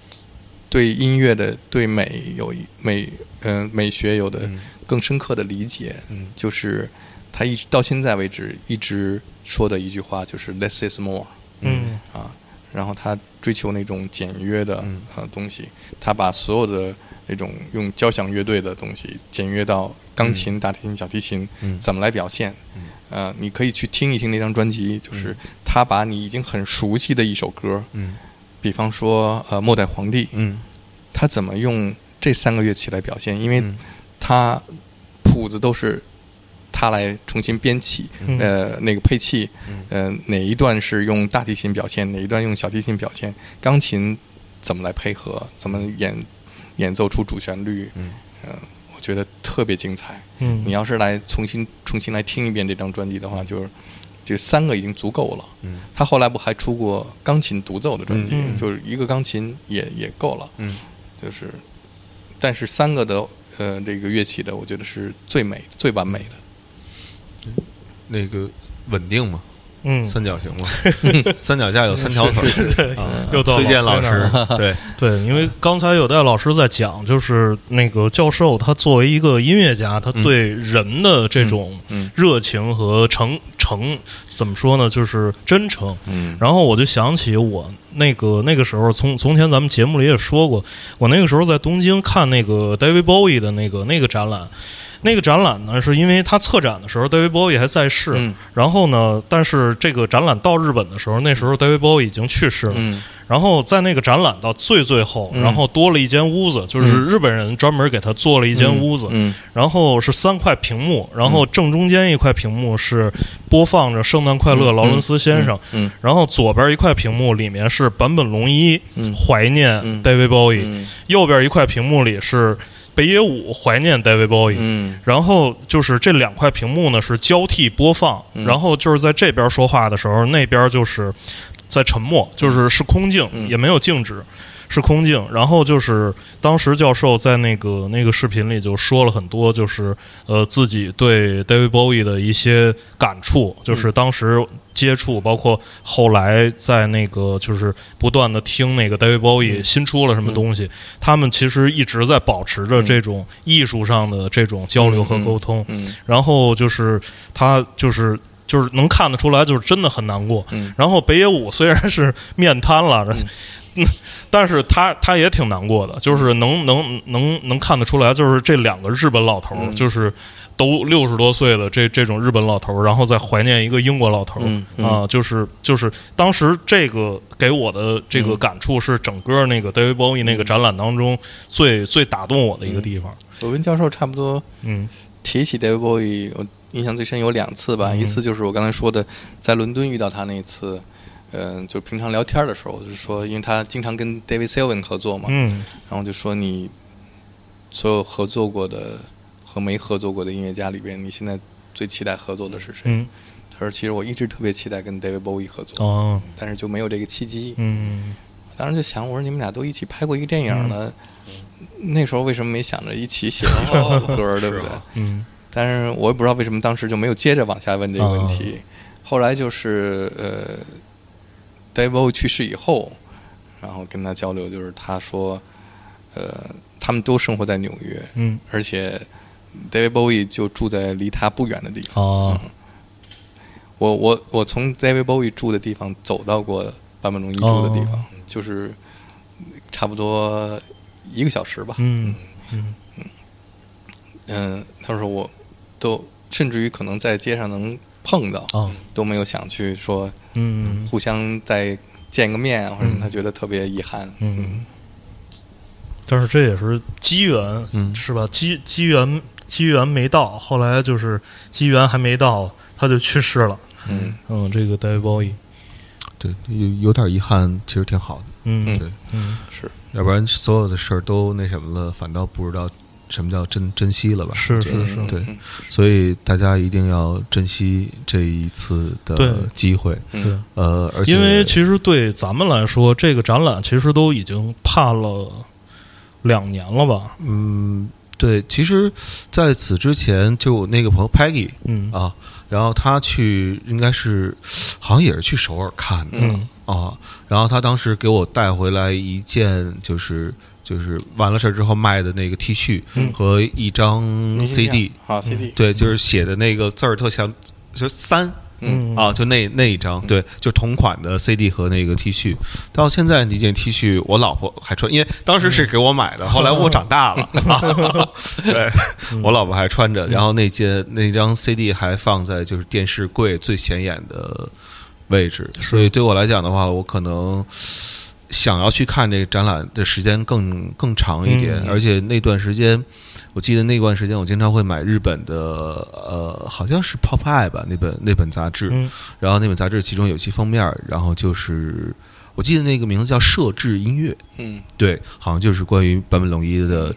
S3: 对音乐的、对美有一美嗯、美学有的
S1: 嗯
S3: 更深刻的理解。
S1: 嗯
S3: 就是他一直到现在为止一直说的一句话就是 “less is more”
S2: 嗯
S3: 啊。然后他追求那种简约的
S1: 嗯
S3: 呃东西，他把所有的那种用交响乐队的东西简约到钢琴、大提琴、小提琴，
S1: 嗯
S3: 怎么来表现？呃，你可以去听一听那张专辑，就是他把你已经很熟悉的一首歌，
S1: 嗯
S3: 比方说呃《末代皇帝》，
S1: 嗯
S3: 他怎么用这三个乐器来表现？因为
S1: 嗯
S3: 他谱子都是他来重新编起，
S2: 嗯
S3: 呃，那个配器，呃，哪一段是用大提琴表现，哪一段用小提琴表现，钢琴怎么来配合，怎么演演奏出主旋律，
S1: 嗯
S3: 呃，我觉得特别精彩。
S2: 嗯，
S3: 你要是来重新重新来听一遍这张专辑的话，就是这三个已经足够了。
S1: 嗯，
S3: 他后来不还出过钢琴独奏的专辑，
S2: 嗯嗯
S3: 就是一个钢琴也也够了。
S1: 嗯，
S3: 就是，但是三个的呃这个乐器的，我觉得是最美最完美的。
S1: 那个稳定嘛，
S2: 嗯
S1: 三角 形嘛，三脚架有三条腿。啊
S2: 又到
S1: 崔健老
S2: 老
S1: 师
S2: 师那，
S1: 对，
S2: 对，因为刚才有戴老师在讲，就是那个教授他作为一个音乐家，他
S1: 嗯
S2: 对人的这种
S3: 嗯
S2: 热情和诚诚怎么说呢？就是真诚。
S3: 嗯
S2: 然后我就想起我那个那个时候，从从前咱们节目里也说过，我那个时候在东京看那个 David Bowie 的那个那个展览，那个展览呢，是因为他策展的时候 David Bowie 还在世，
S3: 嗯
S2: 然后呢，但是这个展览到日本的时候，那时候 David Bowie 已经去世了，
S3: 嗯
S2: 然后在那个展览到最最后，
S3: 嗯
S2: 然后多了一间屋子，就是日本人专门给他做了一间屋子，
S3: 嗯
S2: 然后是三块屏幕，然后正中间一块屏幕是播放着《圣诞快乐，
S3: 嗯
S2: 劳伦斯先生》
S3: 嗯
S2: 然后左边一块屏幕里面是坂本龙一
S3: 嗯
S2: 怀念
S3: 嗯
S2: David Bowie，、
S3: 嗯
S2: 右边一块屏幕里是北野武怀念 David Bowie，、
S3: 嗯
S2: 然后就是这两块屏幕呢是交替播放，
S3: 嗯
S2: 然后就是在这边说话的时候，那边就是在沉默，就是是空镜，
S3: 嗯
S2: 也没有静止，是空镜。然后就是当时教授在那个那个视频里就说了很多，就是呃自己对 David Bowie 的一些感触，
S3: 嗯
S2: 就是当时接触，包括后来在那个就是不断的听那个 David
S3: 嗯
S2: Bowie 新出了什么东西，他们其实一直在保持着这种艺术上的这种交流和沟通。
S3: 嗯
S2: 然后就是他就是就是能看得出来，就是真的很难过。
S3: 嗯
S2: 然后北野武虽然是面瘫了，嗯 但是他他也挺难过的，就是
S3: 嗯
S2: 能能能能看得出来，就是这两个日本老头儿，
S3: 嗯
S2: 就是都六十多岁了，这这种日本老头儿，然后再怀念一个英国老头儿。
S3: 嗯嗯
S2: 啊，就是就是，当时这个给我的这
S3: 嗯
S2: 个感触是整个那个 David Bowie 那个展览当中最最打动我的
S3: 嗯
S2: 一个地方。
S3: 我跟教授差不多
S2: 嗯
S3: 提起 David Bowie，我印象最深有两次吧，
S2: 嗯
S3: 一次就是我刚才说的，在伦敦遇到他那一次。嗯，就平常聊天的时候，就是说，因为他经常跟 David Sylvan 合作嘛，
S2: 嗯
S3: 然后就说你所有合作过的和没合作过的音乐家里边，你现在最期待合作的是谁？
S2: 嗯，
S3: 他说：“其实我一直特别期待跟 David Bowie 合作，
S2: 哦，
S3: 但是就没有这个契机。
S2: 嗯
S3: 当时就想，我说你们俩都一起拍过一个电影了，那时候为什么没想着一起写首歌，对不对？
S2: 嗯
S3: 但是我也不知道为什么当时就没有接着往下问这个问题。后来就是呃，David Bowie 去世以后，然后跟他交流，就是他说，呃，他们都生活在纽约，
S2: 嗯，
S3: 而且 David Bowie 就住在离他不远的地方。
S2: 哦，
S3: 我我我从 David Bowie 住的地方走到过坂本龙一住的地
S2: 哦
S3: 方，就是差不多一个小时吧。
S2: 嗯嗯
S3: 嗯，他说我都甚至于可能在街上能碰到，
S2: 哦
S3: 都没有想去说
S2: 嗯
S3: 互相再见个面啊或者什么
S2: 嗯
S3: 他觉得特别遗憾。
S2: 嗯，但是这也是机缘，
S1: 嗯
S2: 是吧？机机缘机缘没到，后来就是机缘还没到，他就去世了。
S3: 嗯
S2: 嗯，这个 David Bowie，
S1: 对，有有点遗憾，其实挺好的，
S2: 嗯
S1: 对，
S2: 嗯
S3: 是
S1: 要不然所有的事儿都那什么了，反倒不知道什么叫珍珍惜了吧？
S2: 是
S1: 我觉得
S2: 是是
S1: 对，
S3: 嗯
S1: 所以大家一定要珍惜这一次
S2: 对
S1: 的机会，
S2: 对
S3: 嗯，
S1: 呃，而且
S2: 因为其实对咱们来说，这个展览其实都已经盼了两年了吧？
S1: 嗯，对，其实在此之前，就我那个朋友 Peggy
S2: 嗯
S1: 啊，然后他去应该是好像也是去首尔看的、
S2: 嗯
S1: 啊，然后他当时给我带回来一件就是。就是完了事儿之后卖的那个 T 恤
S3: 嗯
S1: 和一张
S2: 嗯
S3: 明信
S1: CD，、
S3: 片啊 CD，
S1: 对，就是写的那个字儿特像，就是三
S3: 嗯
S1: 啊，就那那一张，对，就同款的 CD 和那个 T 恤。到现在那件 T 恤，我老婆还穿，因为当时是给我买的，后来我长大了，啊对我老婆还穿着。然后那件那张 CD 还放在就是电视柜最显眼的位置，所以对我来讲的话，我可能。想要去看这个展览的时间更更长一点，
S2: 嗯
S1: 而且那段时间，我记得那段时间我经常会买日本的呃，好像是《Pop Eye》吧，那本那本杂志，
S2: 嗯
S1: 然后那本杂志其中有一期封面儿，然后就是我记得那个名字叫《设置音乐》，
S3: 嗯
S1: 对，好像就是关于坂本龙一的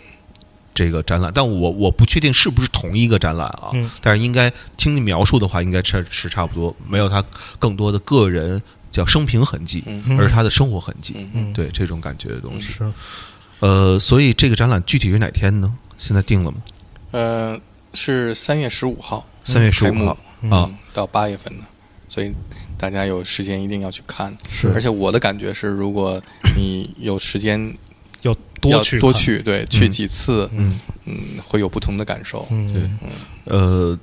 S1: 这个展览，但我我不确定是不是同一个展览啊，
S2: 嗯
S1: 但是应该听你描述的话，应该是是差不多，没有他更多的个人叫生平痕迹，
S3: 嗯
S2: 嗯
S1: 而是他的生活痕迹，
S3: 嗯
S1: 对这种感觉的东西。
S2: 是
S1: 呃，所以这个展览具体是哪天呢？现在定了吗？
S3: 呃，是三月十五号
S1: 三月十
S3: 开
S1: 五
S3: 幕
S1: 号、啊，
S3: 嗯到八月份的，所以大家有时间一定要去看。
S2: 是
S3: 而且我的感觉是，如果你有时间
S2: 要
S3: 要
S2: 多去
S3: 多
S2: 看，
S3: 去，对，去几次，
S2: 嗯
S3: 嗯，会有不同的感受。
S2: 嗯
S1: 对
S2: 嗯，
S1: 呃，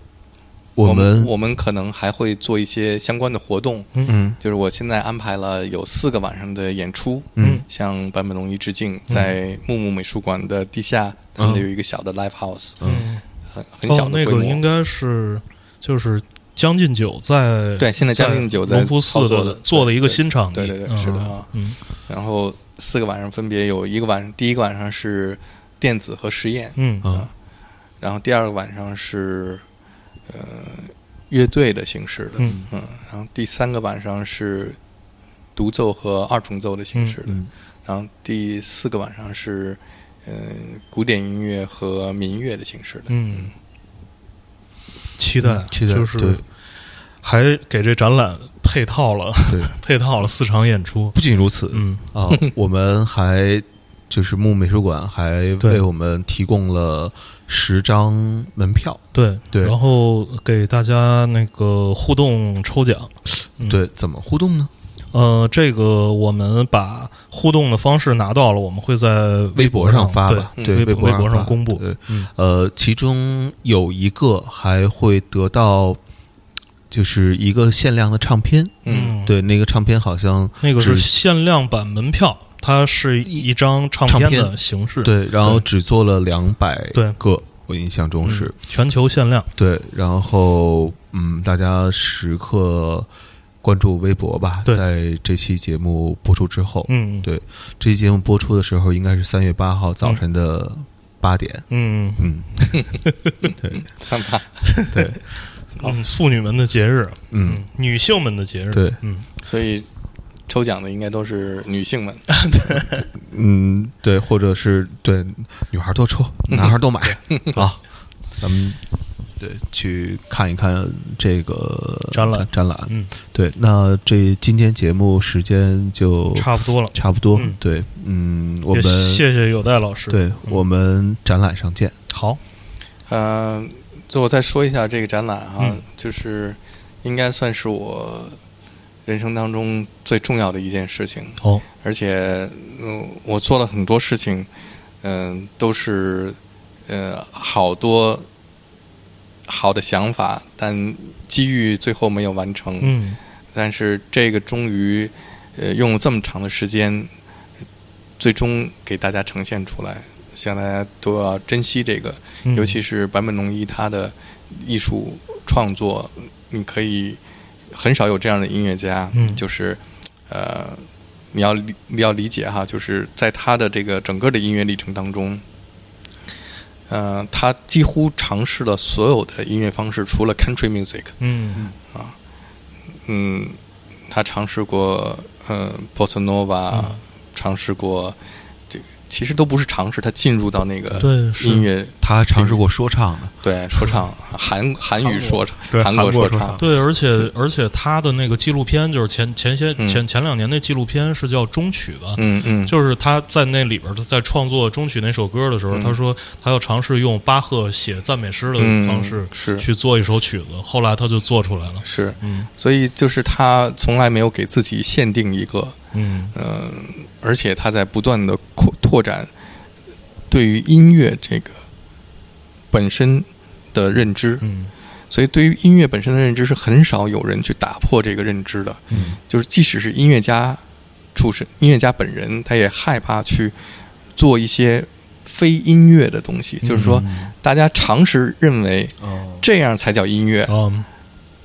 S3: 我
S1: 我们
S3: 我们可能还会做一些相关的活动，
S1: 嗯
S3: 就是我现在安排了有四个晚上的演出，
S1: 嗯
S3: 向坂本龙一致
S2: 嗯
S3: 敬，在木木美术馆的地下，他们有一个小的 live house，
S1: 嗯
S3: 很很小
S2: 哦，
S3: 的
S2: 那
S3: 规
S2: 个应
S3: 模。
S2: 该是就是将进酒在
S3: 对，现在将近九在
S2: 龙福寺
S3: 操作的
S2: 做的一个
S3: 对
S2: 新场地，
S3: 对对对
S2: 嗯
S3: 是的啊，
S2: 嗯
S3: 然后四个晚上分别有一个晚上，第一个晚上是电子和实验，
S2: 嗯
S1: 啊
S3: 然后第二个晚上是呃乐队的形式的，嗯
S2: 嗯
S3: 然后第三个晚上是独奏和二重奏的形式的，
S1: 嗯
S3: 然后第四个晚上是嗯、呃古典音乐和民乐的形式的，
S2: 嗯，期待
S1: 嗯期待
S2: 就是
S1: 对
S2: 还给这展览配套了
S1: 对，
S2: 配套了四场演出，
S1: 不仅如此，
S2: 嗯
S1: 啊，我们还就是木美术馆还
S2: 对
S1: 为我们提供了十张门票。
S2: 对
S1: 对
S2: 然后给大家那个互动抽奖，嗯
S1: 对，怎么互动呢？
S2: 呃，这个我们把互动的方式拿到了，我们会在
S1: 微
S2: 博
S1: 博上发吧，
S3: 对
S1: 对，
S2: 微
S1: 博
S2: 微博
S1: 上
S2: 上
S1: 发
S2: 公布
S1: 对
S2: 嗯
S1: 呃，其中有一个还会得到。就是一个限量的唱片，
S2: 对
S3: 嗯，
S2: 嗯，
S1: 对，那个唱片好像
S2: 那个是
S1: 只
S2: 限量版门票，它是一张唱
S1: 唱
S2: 片
S1: 片
S2: 的形式，
S1: 对，然后
S2: 对
S1: 只做了两百
S2: 对
S1: 个，我印象中
S2: 嗯，
S1: 是，
S2: 全球限量，
S1: 对，然后嗯，大家时刻关注微博吧，
S2: 对
S1: 在这期节目播出之后，
S2: 嗯，
S1: 对这期节目播出的时候应该是三月八号早晨的八点，
S2: 嗯
S1: 嗯
S3: 三八，
S2: 嗯，妇女们的节日，
S1: 嗯，
S2: 嗯，女性们的节日，
S1: 对，
S2: 嗯，
S3: 所以抽奖的应该都是女性们，
S1: 嗯对，或者是对女孩多抽，
S2: 嗯
S1: 男孩多买 啊，咱们对去看一看这个
S2: 展览
S1: 展览，
S2: 嗯，
S1: 对，那这今天节目时间就
S2: 差不多了，
S1: 差不多，
S2: 嗯
S1: 对，嗯，我
S2: 也
S1: 们
S2: 谢谢有代老师，，
S1: 对我们展览上见。
S2: 好，
S3: 呃，最后再说一下这个展览啊，
S2: 嗯
S3: 就是应该算是我人生当中最重要的一件事情。
S2: 哦，
S3: 而且，嗯、我做了很多事情，嗯、都是呃好多好的想法，但机遇最后没有完成。
S2: 嗯
S3: 但是这个终于，呃，用了这么长的时间，最终给大家呈现出来，希望大家都要珍惜这个，
S2: 嗯，
S3: 尤其是坂本龙一他的艺术创作，你可以很少有这样的音乐家，
S2: 嗯
S3: 就是呃，你要理你要理解哈，就是在他的这个整个的音乐历程当中。呃，他几乎尝试了所有的音乐方式，除了 country music，
S2: 嗯
S3: 嗯，他尝试过呃波斯诺瓦，
S2: 嗯
S3: 尝试过这个，其实都不是尝试，他进入到那个
S2: 对是
S3: 音乐
S1: 他尝试过说唱的，
S3: 对说唱韩韩语说唱，
S1: 对
S3: 韩
S1: 韩国
S3: 说
S1: 说
S3: 唱
S1: 唱，
S2: 对，而且
S3: 是
S2: 而且他的那个纪录片就是前前些
S3: 嗯
S2: 前前两年那纪录片是叫《中曲》吧，
S3: 嗯嗯，
S2: 就是他在那里边儿，他在创作《中曲》那首歌的时候，
S3: 嗯
S2: 他说他要尝试用巴赫写赞美诗的
S3: 嗯
S2: 方式
S3: 是
S2: 去做一首曲子，后来他就做出来了。
S3: 是，
S2: 嗯
S3: 所以就是他从来没有给自己限定一个，
S2: 嗯
S3: 嗯、而且他在不断的扩拓展对于音乐这个本身的认知，
S2: 嗯
S3: 所以对于音乐本身的认知是很少有人去打破这个认知的。
S2: 嗯，
S3: 就是即使是音乐家出身，音乐家本人他也害怕去做一些非音乐的东西，就是说大家常识认为
S2: 哦
S3: 这样才叫音乐。
S2: 嗯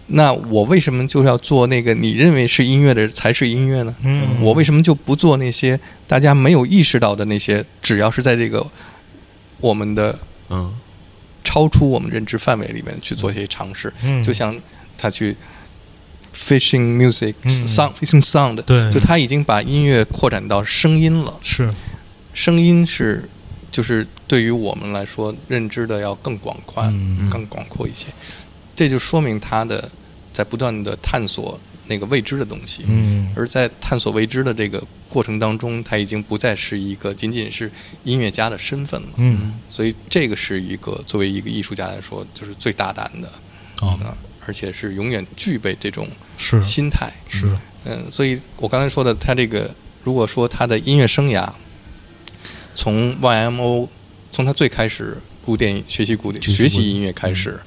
S3: 那我为什么就要做那个你认为是音乐的才是音乐呢？
S2: 嗯，
S3: 我为什么就不做那些大家没有意识到的那些？只要是在这个我们的
S1: 嗯，
S3: 超出我们认知范围里面去做一些尝试，
S2: 嗯
S3: 就像他去 fishing music
S2: 嗯
S3: sound fishing sound，
S2: 对
S3: 就他已经把音乐扩展到声音了。
S2: 是
S3: 声音是就是对于我们来说认知的要更广宽、
S2: 嗯
S3: 更广阔一些。这就说明他的在不断的探索那个未知的东西。
S2: 嗯
S3: 而在探索未知的这个过程当中，他已经不再是一个仅仅是音乐家的身份了。
S2: 嗯
S3: 所以，这个是一个作为一个艺术家来说，就是最大胆的，
S2: 哦
S3: 啊，而且是永远具备这种
S2: 是
S3: 心态。
S2: 是
S3: 嗯，所以我刚才说的，他这个如果说他的音乐生涯，从 YMO，从他最开始古典学习古典嗯
S1: 就是
S3: 学习音乐开始，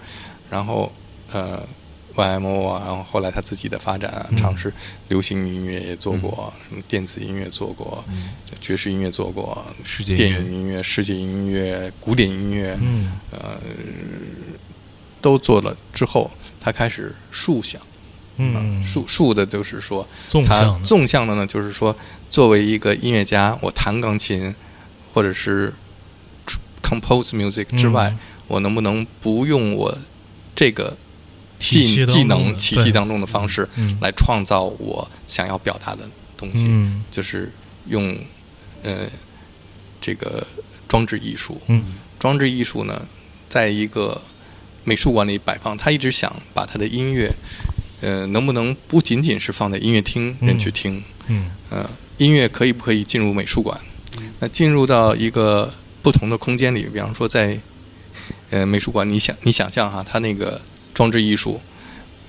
S3: 然后呃 YMO 啊，然后后来他自己的发展啊，
S2: 嗯
S3: 尝试流行音乐也做过，什么电子音乐做过，
S1: 嗯
S3: 爵士音乐做过，
S1: 世界
S3: 电
S1: 音乐
S3: 影音乐、世界音乐、古典音乐，
S2: 嗯
S3: 呃，都做了之后，他开始竖向，
S2: 嗯
S3: 竖竖的就是说，
S2: 纵
S3: 他
S2: 嗯向的
S3: 纵向的呢，就是说，作为一个音乐家，我弹钢琴或者是 compose music 之
S2: 嗯
S3: 外，我能不能不用我这个
S2: 体系
S3: 技技
S2: 当中
S3: 能
S2: 的
S3: 体
S2: 对
S3: 系当中的方式
S2: 嗯
S3: 来创造我想要表达的东西？
S2: 嗯
S3: 就是用呃这个装置艺术，
S2: 嗯
S3: 装置艺术呢，在一个美术馆里摆放，他一直想把他的音乐，呃，能不能不仅仅是放在音乐厅人去听，
S2: 嗯
S3: 呃，音乐可以不可以进入美术馆？那进入到一个不同的空间里，比方说在呃美术馆，你想你想象哈、他那个装置艺术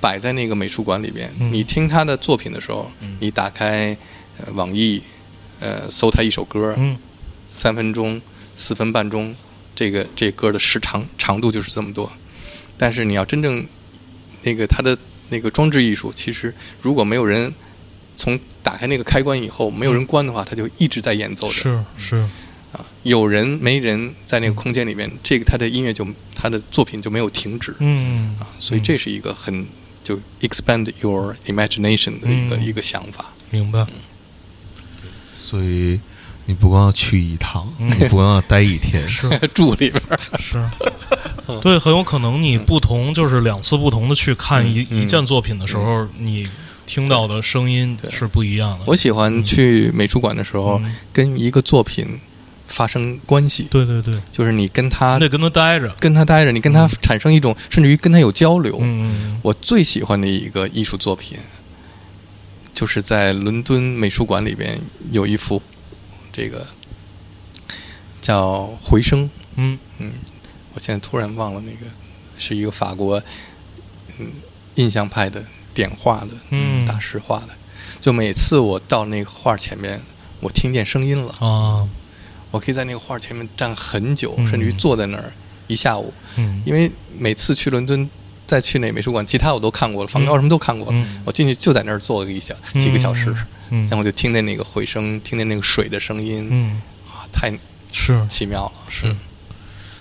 S3: 摆在那个美术馆里边，
S2: 嗯
S3: 你听他的作品的时候，你打开、呃网易，呃，搜他一首歌，
S2: 嗯
S3: 三分钟、四分半钟，这个这歌的时长长度就是这么多。但是你要真正那个它的那个装置艺术，其实如果没有人从打开那个开关以后，没有人关的话，它就一直在演奏着。
S2: 是是
S3: 啊，有人没人在那个空间里面，这个他的音乐就他的作品就没有停止。啊
S2: 嗯
S3: 所以这是一个很就 expand your imagination 的一个、
S2: 嗯
S3: 一个想 法。
S2: 明白
S3: 嗯
S1: 所以你不光要去一趟，
S2: 嗯
S1: 你不光要待一天，
S2: 是。
S3: 住里边儿，
S2: 是， 对，很有可能你不同就是两次不同的去看一、
S3: 嗯
S2: 一件作品的时候，你听到的声音
S3: 对
S2: 是不一样的。
S3: 我喜欢去美术馆的时候，
S2: 嗯
S3: 跟一个作品发生关系，
S2: 对对对，
S3: 就是你跟他
S2: 你得跟他待着。
S3: 跟他待着，你跟他产生一种，甚至于跟他有交流。
S2: 嗯
S3: 我最喜欢的一个艺术作品，就是在伦敦美术馆里边有一幅这个叫《回声》，
S2: 嗯
S3: 我现在突然忘了那个是一个法国嗯印象派的点画的
S2: 嗯
S3: 大师画的，
S2: 嗯
S3: 就每次我到那个画前面，我听见声音了，
S2: 啊，
S3: 我可以在那个画前面站很久，
S2: 嗯
S3: 甚至于坐在那儿一下午，
S2: 嗯
S3: 因为每次去伦敦。再去那美术馆，其他我都看过了，梵高什么都看过了。
S2: 嗯
S3: 我进去就在那儿坐了一小几个小时，
S2: 嗯
S3: 然后我就听见那个回声，听见那个水的声音，
S2: 嗯，
S3: 啊，太
S2: 是
S3: 奇妙了。
S2: 是，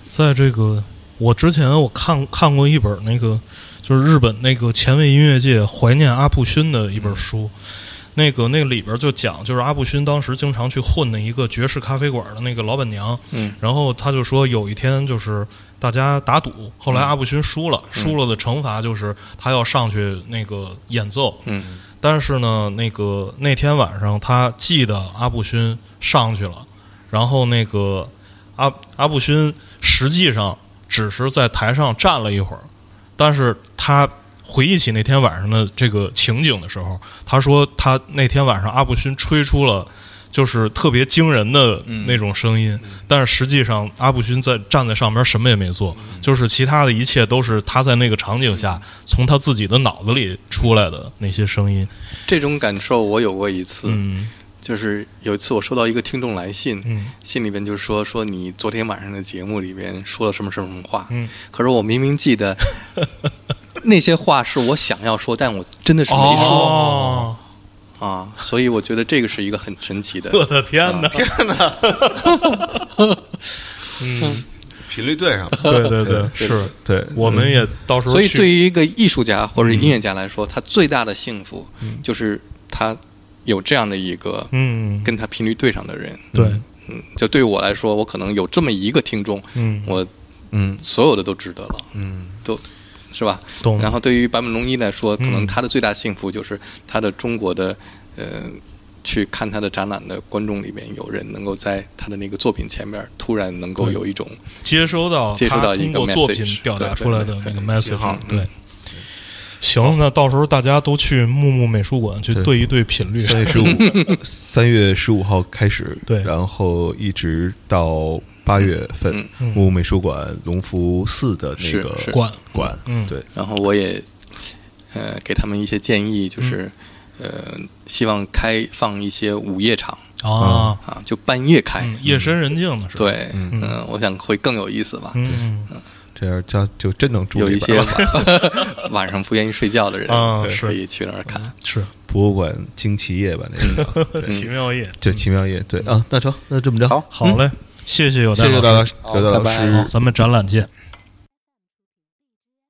S2: 在这个我之前我看看过一本那个就是日本那个前卫音乐界怀念阿部勋的一本书，那个那里边就讲就是阿部勋当时经常去混的一个爵士咖啡馆的那个老板娘，
S3: 嗯
S2: 然后他就说有一天就是大家打赌，后
S3: 嗯
S2: 来阿部勋输了，输了的惩罚就是他要上去那个演奏，
S3: 嗯
S2: 但是呢，那个那天晚上他记得阿布勋上去了，然后那个阿阿布勋实际上只是在台上站了一会儿，但是他回忆起那天晚上的这个情景的时候，他说他那天晚上阿布勋吹出了。就是特别惊人的那种声音，但是实际上阿布勋在站在上面什么也没做，就是其他的一切都是他在那个场景下从他自己的脑子里出来的那些声音。
S3: 这种感受我有过一次，
S2: 嗯
S3: 就是有一次我收到一个听众来信，
S2: 嗯
S3: 信里边就说说你昨天晚上的节目里边说了什么什么什么话，
S2: 嗯，
S3: 可是我明明记 得那些话是我想要说，但我真的是没说、
S2: 哦，
S3: 啊，所以我觉得这个是一个很神奇的。
S2: 我的天哪！天
S1: 频率对上了。
S2: 对对对，是
S1: 对，
S2: 我们也到时候
S3: 所以
S2: 去
S3: 对于一个艺术家或者音乐家来说，他最大的幸福就是他有这样的一个
S2: 嗯
S3: 跟他频率对上的人。
S2: 对
S3: 嗯，就对我来说，我可能有这么一个听众，
S2: 嗯
S3: 我
S1: 嗯
S3: 所有的都值得了，
S1: 嗯，
S3: 都是吧？
S2: 懂
S3: 然后对于坂本龙一来说，可能
S2: 嗯
S3: 他的最大幸福就是他的中国的呃，去看他的展览的观众里面有人能够在他的那个作品前面突然能够有一种
S2: 接收到
S3: 接收
S2: 他
S3: 到一
S2: 通
S3: 个
S2: 过作
S3: message，
S2: 品表达
S3: 对
S2: 出来的那
S3: 对对
S2: 个 message
S3: 信号嗯
S2: 对。行，那到时候大家都去木木美术馆去
S1: 对
S2: 对一对频率。
S1: 三月十五，三月十五号开始，
S2: 对
S1: 然后一直到八月份
S3: 嗯，
S2: 嗯
S1: 木屋美术馆龙福寺的那
S3: 是
S1: 个
S3: 是
S2: 馆
S1: 馆，
S2: 嗯
S1: 对，
S3: 然后我也呃给他们一些建议，
S2: 嗯
S3: 就是、呃希望开放一些午夜场
S2: 啊，
S3: 啊，就半夜开。
S2: 嗯夜深人静的时候，，
S3: 对，嗯、我想会更有意思吧。
S2: 嗯
S1: 这样家就真能住
S3: 有
S1: 里
S3: 一
S1: 边
S3: 些
S1: 了。
S3: 晚 晚上不愿意睡觉的人，
S2: 啊
S3: 对
S2: 是嗯
S3: 可以去那儿看。嗯
S2: 是
S1: 博物馆惊奇夜吧，那个地方对
S2: 奇妙夜。
S1: 就奇妙夜，对啊，那成，那这么着，
S3: 好
S2: 好嘞，谢谢有
S1: 谢谢
S2: 戴
S1: 大
S2: 老
S1: 老
S2: 师，
S1: 师，刘大老
S3: 好拜拜
S1: 师
S2: 好，咱们展览见。